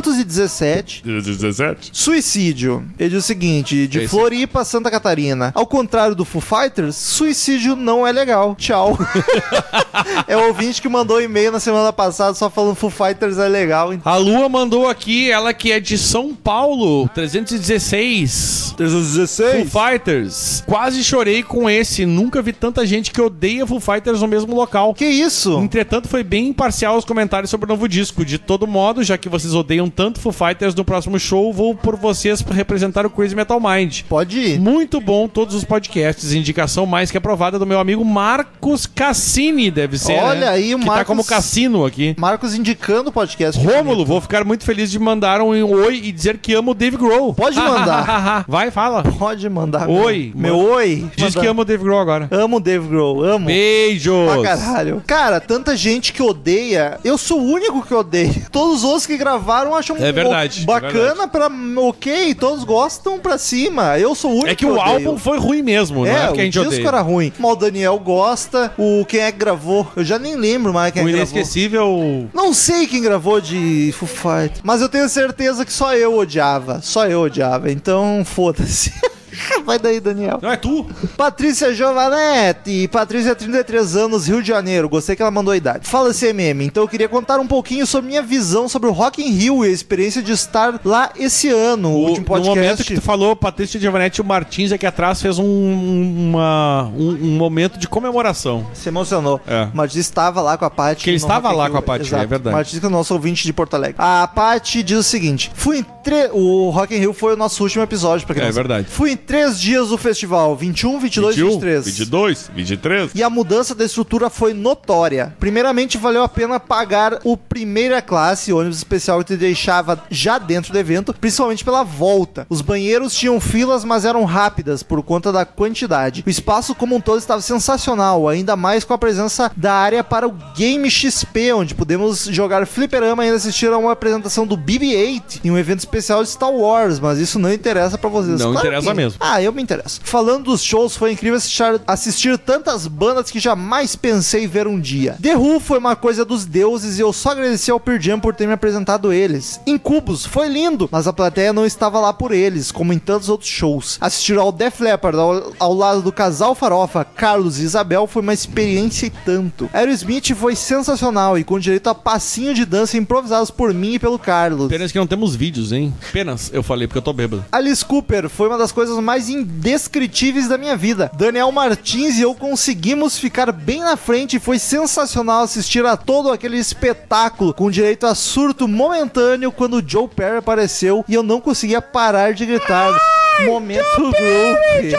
317. 17. Suicídio. Ele diz o seguinte: de Esse. Floripa, Santa Catarina. Ao contrário do Foo Fighters, suicídio não é legal. Tchau. é o ouvinte que mandou e-mail na semana passada só falando Foo Fighters é legal. A Lua mandou aqui, ela que é de São Paulo, 316. 316? Foo Fighters. Quase chorei com esse. Nunca vi tanta gente que odeia Foo Fighters no mesmo local. Que isso? Entretanto, foi bem imparcial os comentários sobre o novo disco. De todo modo, já que vocês odeiam tanto Foo Fighters, no próximo show vou por vocês para representar o Crazy Metal Mind. Pode ir. Muito bom todos os podcasts. Indicação mais que aprovada do meu amigo Marcos Cassini, deve ser. Olha né? aí, o que tá Marcos- como cassino aqui. Marcos indicando o podcast. Rômulo, vou ficar muito feliz de mandar um oi e dizer que amo o Dave Grohl. Pode mandar. Vai, fala. Pode mandar. Oi, cara. Meu manda- oi. Diz Mandar. que ama o Dave Grohl agora. Amo o Dave Grohl, amo. Beijos. Tipo, Pra caralho. Cara, tanta gente que odeia. Eu sou o único que odeia. Todos os outros que gravaram acham É verdade, o- é bacana pra ok. Todos gostam pra cima. Eu sou o único É que o odeio. álbum foi ruim mesmo, não é É, porque a o gente disco odeia. era ruim. Mas o Daniel gosta. O quem é que gravou? Eu já nem lembro mais quem é O que gravou. inesquecível. Não sei quem gravou de Foo Fighters, mas eu tenho certeza que só eu odiava. Só eu odiava. Então, foda-se. Vai daí, Daniel. Não é tu? Patrícia Giovanetti, Patrícia, 33 anos, Rio de Janeiro. Gostei que ela mandou a idade. Fala CMM, então eu queria contar um pouquinho sobre minha visão sobre o Rock in Rio e a experiência de estar lá esse ano. O, último no momento podcast. que tu falou, Patrícia Giovanetti, o Martins aqui atrás fez um, uma- um- um momento de comemoração. Se emocionou. É. O Martins estava lá com a Paty. Que ele no estava Rock in lá Rio. com a Paty, Exato. é verdade. O Martins que é o nosso ouvinte de Porto Alegre. A Paty diz o seguinte, fui em tre... o Rock in Rio foi o nosso último episódio, pra quem É não sabe. verdade. um? Fui em três dias do festival, 21, 22 e 23. 22, 23. e a mudança da estrutura foi notória. Primeiramente, valeu a pena pagar o primeira classe, ônibus especial que te deixava já dentro do evento, principalmente pela volta. Os banheiros tinham filas, mas eram rápidas por conta da quantidade. O espaço como um todo estava sensacional, ainda mais com a presença da área para o Game XP, onde pudemos jogar fliperama e ainda assistir a uma apresentação do BB-8 em um evento especial de Star Wars, mas isso não interessa pra vocês. Não interessa que- mesmo. ah, eu me interesso. Falando dos shows, foi incrível assistir, assistir tantas bandas que jamais pensei ver um dia. The Who foi uma coisa dos deuses e eu só agradeci ao Pearl Jam por ter me apresentado eles. Incubus foi lindo, mas a plateia não estava lá por eles, como em tantos outros shows. Assistir ao Def Leppard ao, ao lado do casal farofa Carlos e Isabel foi uma experiência e tanto. Aerosmith foi sensacional e com direito a passinho de dança improvisados por mim e pelo Carlos. Apenas que não temos vídeos, hein? Apenas, eu falei, porque eu tô bêbado. Alice Cooper foi uma das coisas mais indescritíveis da minha vida. Daniel Martins e eu conseguimos ficar bem na frente e foi sensacional assistir a todo aquele espetáculo com direito a surto momentâneo quando o Joe Perry apareceu e eu não conseguia parar de gritar. Momento Groove.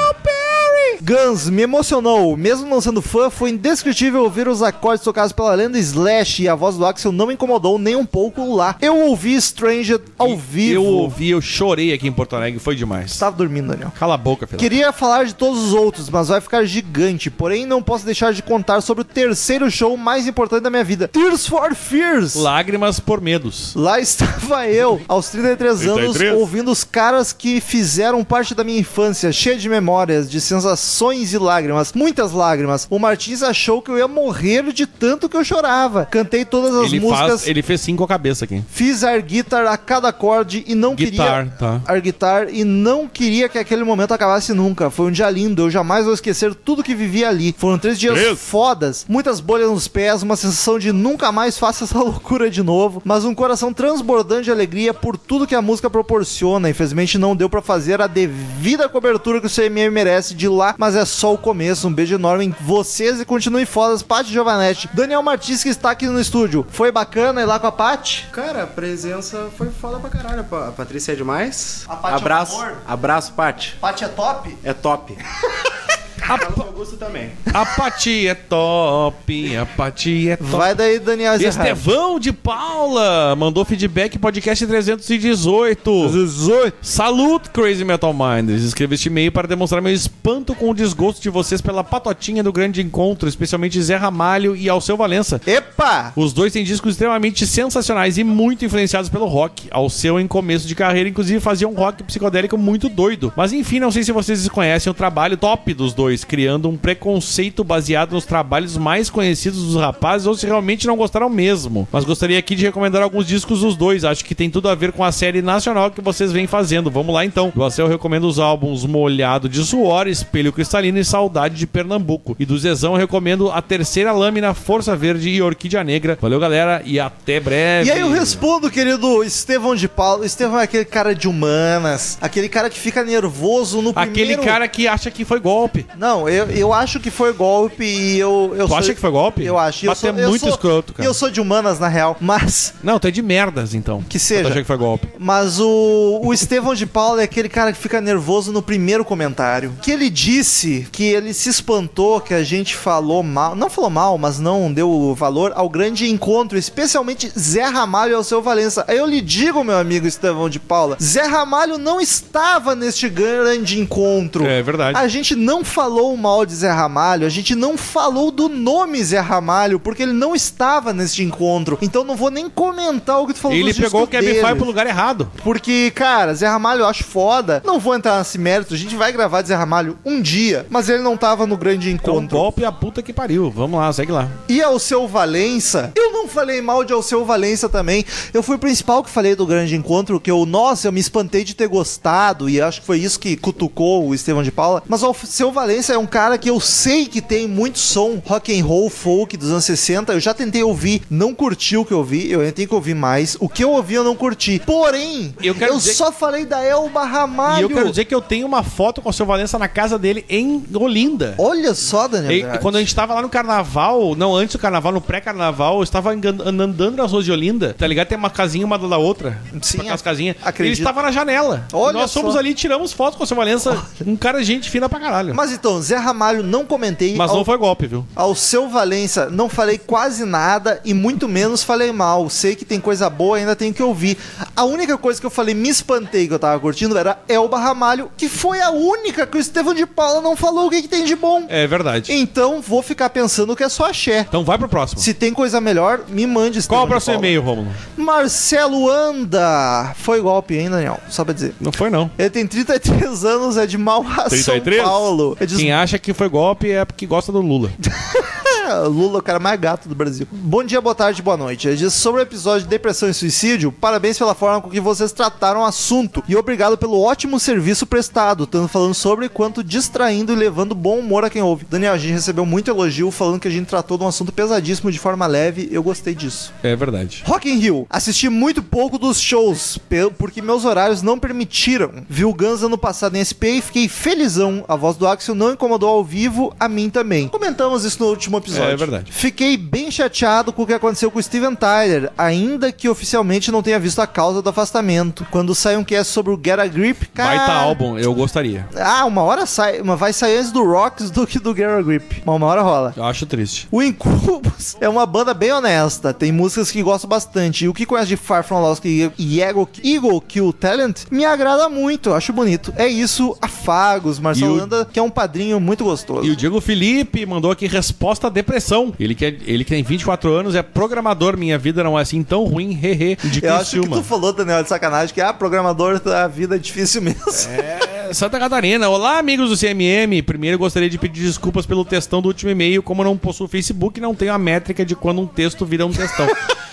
Guns me emocionou. Mesmo não sendo fã, foi indescritível ouvir os acordes tocados pela lenda Slash e a voz do Axel não me incomodou nem um pouco lá. Eu ouvi Stranger ao E vivo. Tá. Eu ouvi, eu chorei aqui em Porto Alegre, foi demais. Estava dormindo, Daniel. Cala a boca, filho. Queria falar de todos os outros, mas vai ficar gigante. Porém, não posso deixar de contar sobre o terceiro show mais importante da minha vida: Tears for Fears. Lá, Lágrimas por medos. estava eu, aos 33, anos, ouvindo os caras que fizeram parte da minha infância, cheia de memórias, de sensações e lágrimas, muitas lágrimas. O Martins achou que eu ia morrer de tanto que eu chorava. Cantei todas as Ele, músicas. faz, ele fez cinco a cabeça aqui. Fiz ar guitar a cada acorde e não Guitar, queria tá. ar guitar e não queria que aquele momento acabasse nunca. Foi um dia lindo, eu jamais vou esquecer tudo que vivi ali. Foram três dias fodas, muitas bolhas nos pés, uma sensação de nunca mais faço essa loucura de novo, mas um coração transbordante de alegria por tudo que a música proporciona. Infelizmente não deu pra fazer a devida cobertura que o CMM merece de lá, mas é só o começo. Um beijo enorme em vocês e continuem fodas, Paty Giovanetti. Daniel Martins que está aqui no estúdio. Foi bacana ir lá com a Paty? Cara, a presença foi foda pra caralho. A Patrícia é demais. A Paty é um abraço, amor. abraço, Paty. Paty é top? É top. A, Augusto também. a Pati é top, a Pati é top. Vai daí, Daniel Zerrado. Estevão de Paula mandou feedback podcast 318. 18. Saluto, Crazy Metal Minders. Escrevi este e-mail para demonstrar meu espanto com o desgosto de vocês pela patotinha do grande encontro, especialmente Zé Ramalho e Alceu Valença. Epa! Os dois têm discos extremamente sensacionais e muito influenciados pelo rock. Ao seu em começo de carreira, inclusive, fazia um rock psicodélico muito doido. Mas enfim, não sei se vocês conhecem o trabalho top dos dois, criando um preconceito baseado nos trabalhos mais conhecidos dos rapazes ou se realmente não gostaram mesmo. Mas gostaria aqui de recomendar alguns discos dos dois. Acho que tem tudo a ver com a série nacional que vocês vêm fazendo. Vamos lá então. Do Acel eu recomendo os álbuns Molhado de Suor, Espelho Cristalino e Saudade de Pernambuco. E do Zezão eu recomendo a terceira lâmina Força Verde e Orquídea Negra. Valeu, galera, e até breve. E aí eu respondo, querido Estevão de Paulo. Estevão é aquele cara de humanas, aquele cara que fica nervoso no Aquele primeiro... cara que acha que foi golpe. Não, eu, eu acho que foi golpe e eu. eu Tu sou- acha que foi golpe? Eu acho. e Mas tu é eu muito escroto, E cara. eu sou de humanas, na real. Mas. Não, tu é de merdas, então. Que seja. Tu acha que foi golpe. Mas o, o Estevão de Paula é aquele cara que fica nervoso no primeiro comentário. Que ele disse que ele se espantou que a gente falou mal. Não falou mal, mas não deu valor ao grande encontro, especialmente Zé Ramalho e ao seu Valença. Eu lhe digo, meu amigo Estevão de Paula, Zé Ramalho não estava neste grande encontro. É verdade. A gente não falou mal de Zé Ramalho, a gente não falou do nome Zé Ramalho, porque ele não estava neste encontro. Então não vou nem comentar o que tu falou Ele dos discos pegou o Kevin dele. Fire pro lugar errado. Porque, cara, Zé Ramalho eu acho foda. Não vou entrar nesse mérito, a gente vai gravar de Zé Ramalho um dia, mas ele não tava no grande Então, encontro. golpe a puta que pariu. Vamos lá, segue lá. E Alceu Valença, eu não falei mal de Alceu Valença também. Eu fui o principal que falei do grande encontro, que eu, nossa, eu me espantei de ter gostado, e acho que foi isso que cutucou o Estevão de Paula. Mas o Alceu Valença é um cara que eu sei que tem muito som rock and roll, folk dos anos 60. Eu já tentei ouvir, não curti o que eu ouvi, eu ainda tenho que ouvir mais. O que eu ouvi eu não curti. Porém, eu, Eu quero dizer- só falei da Elba E Ramalho. eu quero dizer que eu tenho uma foto com o seu Valença na casa dele em Olinda. Olha só, Daniel. E, Andrade. quando a gente tava lá no carnaval, não, antes do carnaval, no pré-carnaval, eu estava engan- andando nas ruas de Olinda, tá ligado? Tem uma casinha uma do lado da outra. Sim, Sim. As casinhas. acredito. Ele estava na janela. Olha E nós só. fomos ali e tiramos foto com o seu Valença. Um cara, gente fina pra caralho. Mas, Mas então, Zé Ramalho não comentei. Al- não foi golpe, viu? Ao seu Valença, não falei quase nada e muito menos falei mal. Sei que tem coisa boa, ainda tenho que ouvir. A única coisa que eu falei, me espantei que eu tava curtindo era Elba Ramalho, que foi a única que o Estevão de Paula não falou o que, que tem de bom. É verdade. Então vou ficar pensando que é só axé. Então vai pro próximo. Se tem coisa melhor, me mande Qual Estevão é o próximo e-mail, Romulo? Marcelo Anda. Foi golpe, hein, Daniel? Só pra dizer. Não foi, não. Ele tem 33 anos, é de Mauá, São 33? Paulo. É de Quem acha que foi golpe é porque gosta do Lula. É, Lula é o cara mais gato do Brasil. Bom dia, boa tarde, boa noite. Ele diz sobre o episódio de depressão e suicídio, parabéns pela forma com que vocês trataram o assunto e obrigado pelo ótimo serviço prestado, tanto falando sobre quanto distraindo e levando bom humor a quem ouve. Daniel, a gente recebeu muito elogio falando que a gente tratou de um assunto pesadíssimo de forma leve, eu gostei disso. É verdade. Rock in Rio. Assisti muito pouco dos shows, pe- porque meus horários não permitiram. Vi o Guns ano passado em SP e fiquei felizão. A voz do Axel não incomodou ao vivo, a mim também. Comentamos isso no último episódio. É verdade. Fiquei bem chateado com o que aconteceu com o Steven Tyler, ainda que oficialmente não tenha visto a causa do afastamento. Quando sai um cast sobre o Get a Grip, cara... Baita álbum, eu gostaria. Ah, uma hora sai, mas vai sair antes do Rocks do que do Get a Grip. Mas uma hora rola. Eu acho triste. O Incubus é uma banda bem honesta, tem músicas que gosto bastante. E o que conhece de Far From Lost e Eagle, Eagle Kill Talent me agrada muito, acho bonito. É isso, afagos, Marcelo E o- Landa, que é um padrinho muito gostoso. E o Diego Felipe mandou aqui resposta à depressão. Ele que, é- ele que tem 24 anos, é programador, minha vida não é assim tão ruim, hehe, de Eu acho que Criciúma. tu falou, Daniel, de sacanagem, que ah, programador, a vida é difícil mesmo. É, Santa Catarina. Olá, amigos do CMM. Primeiro gostaria de pedir desculpas pelo textão do último e-mail. Como eu não possuo Facebook, não tenho a métrica de quando um texto vira um textão.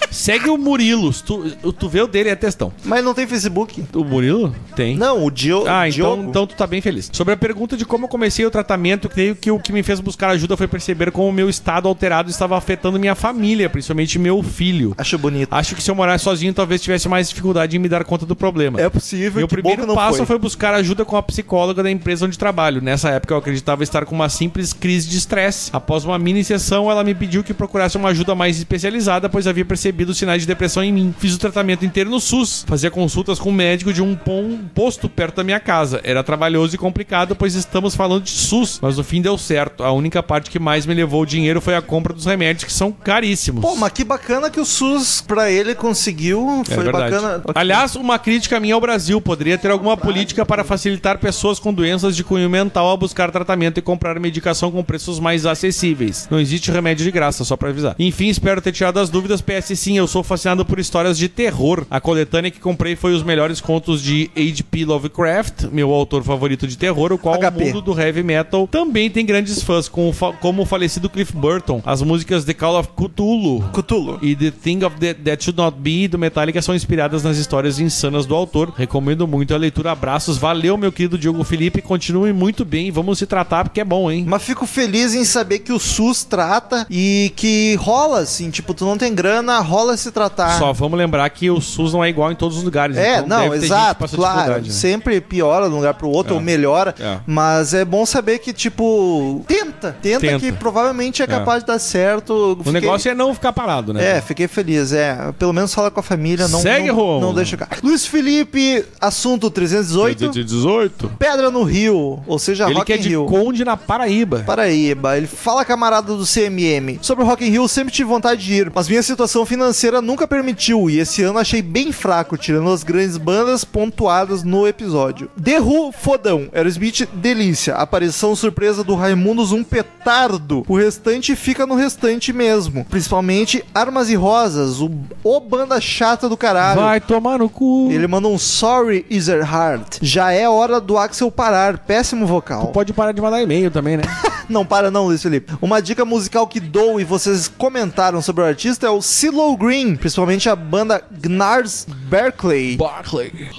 Segue o Murilo. Tu, o tuveu dele é textão. Mas não tem Facebook. O Murilo? Tem. Não, o Dio... Ah, então, Diogo. então tu tá bem feliz. Sobre a pergunta de como eu comecei o tratamento, creio que o que me fez buscar ajuda foi perceber como o meu estado alterado estava afetando minha família, principalmente meu filho. Acho bonito. Acho que se eu morasse sozinho, talvez tivesse mais dificuldade em me dar conta do problema. É possível, Meu que bom primeiro que não passo foi. foi. buscar ajuda com a psicóloga da empresa onde trabalho. Nessa época, eu acreditava estar com uma simples crise de estresse. Após uma mini sessão, ela me pediu que procurasse uma ajuda mais especializada, pois havia percebido sinais de depressão em mim. Fiz o tratamento inteiro no SUS. Fazia consultas com um médico de um pom- posto perto da minha casa. Era trabalhoso e complicado, pois estamos falando de SUS. Mas no fim deu certo. A única parte que mais me levou o dinheiro foi a compra dos remédios, que são caríssimos. Pô, mas que bacana que o SUS pra ele conseguiu. É Foi verdade. bacana. Aliás, uma crítica minha ao Brasil. Poderia ter alguma política para facilitar pessoas com doenças de cunho mental a buscar tratamento e comprar medicação com preços mais acessíveis. Não existe remédio de graça, só para avisar. Enfim, espero ter tirado as dúvidas. PS, sim, eu sou fascinado por histórias de terror. A coletânea que comprei foi os melhores contos de H.P. Lovecraft, meu autor favorito de terror, o qual o HP. mundo do heavy metal também tem grandes fãs, com o fa- como o falecido Cliff Burton. As músicas The Call of Cthulhu, Cutulo. e The Thing of the, That Should Not Be do Metallica são inspiradas nas histórias insanas do autor. Recomendo muito a leitura. Abraços. Valeu, meu querido Diogo Felipe. Continue muito bem. Vamos se tratar porque é bom, hein? Mas fico feliz em saber que o SUS trata e que rola, assim, tipo, tu não tem grana, escola se tratar. Só vamos lembrar que o SUS não é igual em todos os lugares. É, então não, deve ter gente que exato, passa claro. dificuldade, né? Sempre piora de um lugar pro outro, É. ou melhora. É. Mas é bom saber que, tipo, tenta. Tenta, Tenta. que provavelmente é capaz de dar certo. O negócio é não ficar parado, né? É, fiquei feliz, é. Pelo menos fala com a família, não, Segue, não, Romulo. não deixa cá. Luiz Felipe, assunto 318, 18. Pedra no Rio, ou seja, Ele Rock que é in de Rio. Conde na Paraíba. Paraíba. Ele fala, camarada do CMM. Sobre o Rock in Rio, sempre tive vontade de ir, mas minha situação financeira nunca permitiu e esse ano achei bem fraco, tirando as grandes bandas pontuadas no episódio. The Who, fodão. Aerosmith, delícia. Aparição surpresa do Raimundos, um petardo. O restante fica no restante mesmo. Principalmente Armas e Rosas, o, o banda chata do caralho. Vai tomar no cu. Ele manda um sorry, Ezerhard. Já é hora do Axel parar. Péssimo vocal. Pode parar de mandar e-mail também, né? Não para não, Luiz Felipe. Uma dica musical que dou e vocês comentaram sobre o artista é o CeeLo Green, principalmente a banda Gnars Berkeley.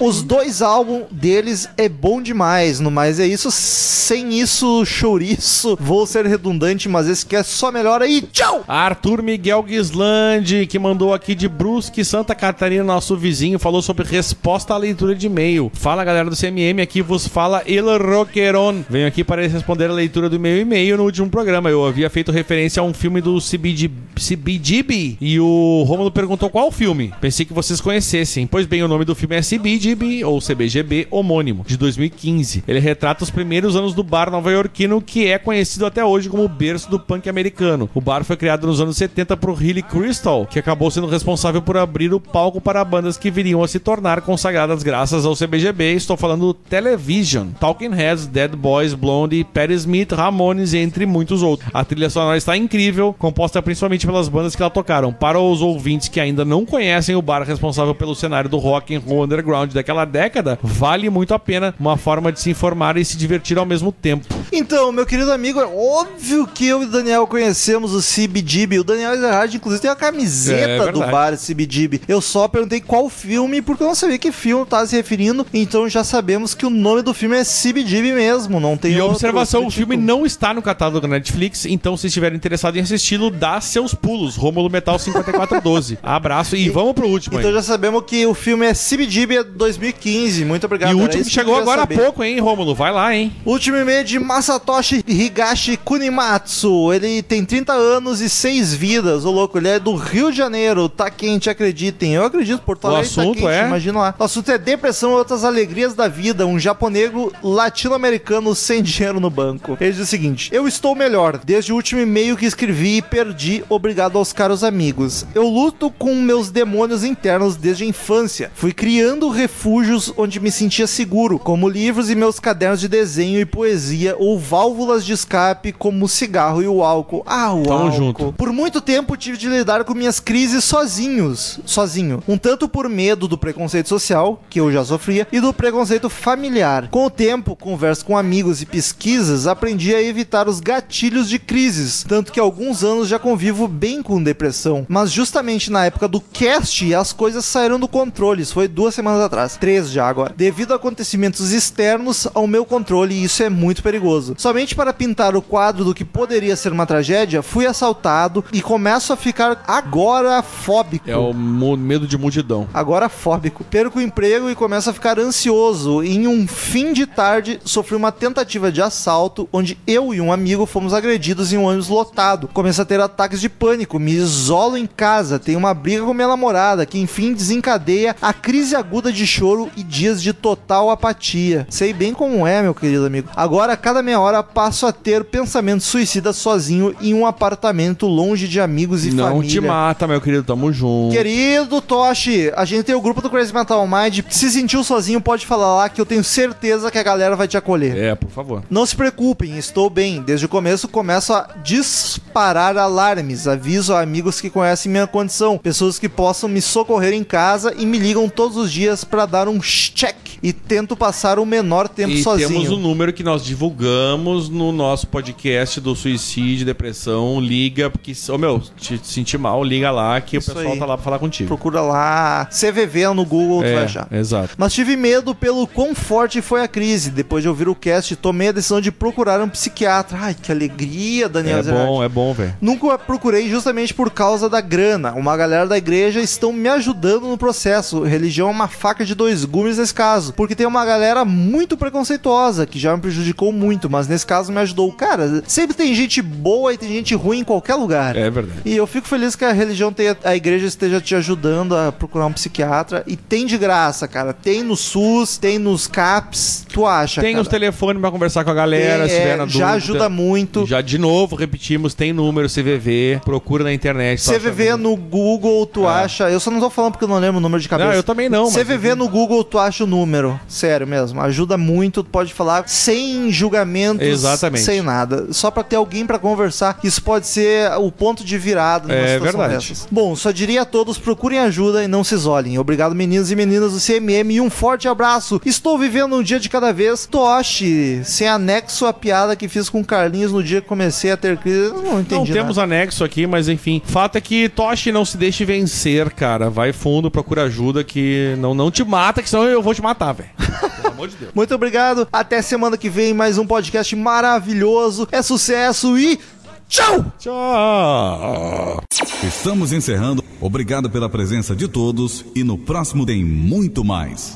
Os dois álbuns deles é bom demais, no mais é isso, sem isso, chouriço. Vou ser redundante, mas esse que é só melhor aí. Tchau! Arthur Miguel Guislandi, que mandou aqui de Brusque, Santa Catarina, nosso vizinho, falou sobre resposta à leitura de e-mail. Fala galera do CMM, aqui vos fala El Roqueron. Venho aqui para responder a leitura do meu e-mail no último programa. Eu havia feito referência a um filme do CBD CBGB e o Romulo perguntou qual filme. Pensei que vocês conhecessem. Pois bem, o nome do filme é CBGB ou CBGB homônimo, de 2015. Ele retrata os primeiros anos do bar nova-iorquino, que é conhecido até hoje como o berço do punk americano. O bar foi criado nos anos 70 por Hilly Crystal, que acabou sendo responsável por abrir o palco para bandas que viriam a se tornar consagradas graças ao CBGB. Estou falando do Television, Talking Heads, Dead Boys, Blondie, Patti Smith, Ramones, entre muitos outros. A trilha sonora está incrível, composta principalmente pelas bandas que lá tocaram. Para os ouvintes que ainda não conhecem o bar responsável pelo cenário do rock and roll underground daquela década, vale muito a pena, uma forma de se informar e se divertir ao mesmo tempo. Então, meu querido amigo, é óbvio que eu e o Daniel conhecemos o CBGB. O Daniel Ezerhard, inclusive, tem uma É camiseta verdade. do bar CBGB. Eu só perguntei qual filme, porque eu não sabia que filme tá se referindo. Então já sabemos que o nome do filme é CBGB mesmo, não tem E outro observação, o subtítulo. filme não está no catálogo da Netflix, então se estiver interessado em assisti-lo, dá seus pulos. Rômulo Metal 5412. Abraço e vamos pro último Então aí. já sabemos que o filme é CBGB 2015. Muito obrigado. E o era último isso que chegou eu queria agora há saber. pouco, hein, Rômulo? Vai lá, hein? Último e-mail de Masatoshi Higashi Kunimatsu. Ele tem 30 anos e 6 vidas. Ô louco, ele é do Rio de Janeiro. Tá quente, acreditem. Eu acredito, Porto O Alegre assunto tá quente, é? imagina lá. O assunto é depressão e outras alegrias da vida. Um japonegro latino-americano sem dinheiro no banco. Ele diz o seguinte: Eu estou melhor. Desde o último e-mail que escrevi e perdi, obrigado aos caros amigos. Eu luto com meus demônios internos desde a infância. Fui criando refúgios onde me sentia seguro, como livros e meus cadernos de desenho e poesia, ou válvulas de escape, como o cigarro e o álcool. Ah, o Tamo álcool. junto. Por muito tempo tive de lidar com minhas crises sozinhos, sozinho. Um tanto por medo do preconceito social, que eu já sofria, e do preconceito familiar. Com o tempo, conversa com amigos e pesquisas, aprendi a evitar os gatilhos de crises, tanto que há alguns anos já convivo bem com depressão. Mas justamente na época do cast, as coisas saíram do controle. Isso foi duas semanas atrás, três já agora. Devido a acontecimentos externos ao meu controle, e isso é muito perigoso. Somente para pintar o quadro do que poderia ser uma tragédia, fui assaltado e começo a ficar agora fóbico. É o mu- medo de multidão. Agora fóbico. Perco o emprego e começo a ficar ansioso. Em um fim de tarde, sofri uma tentativa de assalto onde eu e um amigo fomos agredidos em um ônibus lotado. Começo a ter ataques de pânico, me isolo em casa, tenho uma briga com minha namorada, que enfim desencadeia a crise aguda de choro e dias de total apatia. Sei bem como é, meu querido amigo. Agora, a cada meia hora, passo a ter pensamentos suicidas sozinho em um apartamento longe de amigos e Não família. te mata, meu querido, tamo junto. Querido Toshi, a gente tem o grupo do Crazy Metal Mind. Se sentiu sozinho, pode falar lá que eu tenho certeza que a galera vai te acolher. É, por favor. Não se preocupem, estou bem. Desde o começo começo a disparar alarmes. Aviso a amigos que conhecem minha condição, pessoas que possam me socorrer em casa e me ligam todos os dias para dar um check e tento passar o menor tempo e um sozinho. temos o número que nós divulgamos falamos no nosso podcast do suicídio, depressão, liga, porque, ô meu, te sentir mal, liga lá que Isso o pessoal aí. tá lá pra falar contigo. Procura lá CVV no Google, tu vai achar. É, exato. Mas tive medo pelo quão forte foi a crise. Depois de ouvir o cast, tomei a decisão de procurar um psiquiatra. Ai, que alegria, Daniel É Zerardi. bom, é bom, velho. Nunca procurei justamente por causa da grana. Uma galera da igreja estão me ajudando no processo. Religião é uma faca de dois gumes nesse caso. Porque tem uma galera muito preconceituosa, que já me prejudicou muito, mas nesse caso me ajudou. Cara, sempre tem gente boa e tem gente ruim em qualquer lugar. É verdade. E eu fico feliz que a religião tenha, a igreja esteja te ajudando a procurar um psiquiatra. E tem de graça, cara. Tem no SUS, tem nos CAPS. Tu acha? Tem cara? os telefones pra conversar com a galera, se Tem, tiver é, na dúvida. Já ajuda muito. Já de novo, repetimos, tem número CVV, procura na internet. tá CVV achando. no Google, tu acha. Eu só não tô falando porque eu não lembro o número de cabeça. Não, eu também não, mas- CVV no Google, tu acha o número. Sério mesmo. Ajuda muito. Tu pode falar sem julgamentos. Exatamente. Sem nada. Só pra ter alguém pra conversar. Isso pode ser o ponto de virada numa É situação verdade. dessas. Bom, só diria a todos: procurem ajuda e não se isolem. Obrigado, meninos e meninas do CMM. E um forte abraço. Estou vivendo um dia de cada vez. Toshi, sem anexo a piada que fiz com o Carlinhos no dia que comecei a ter crise. Eu Não entendi. Não temos nada. anexo aqui, mas enfim. Fato é que Toshi não se deixe vencer, cara. Vai fundo, procura ajuda, que não, não te mata, que senão eu vou te matar, velho. Pelo amor de Deus. Muito obrigado. Até semana que vem, mais um podcast maravilhoso. É sucesso e tchau! Tchau. Estamos encerrando. Obrigado pela presença de todos e no próximo tem muito mais.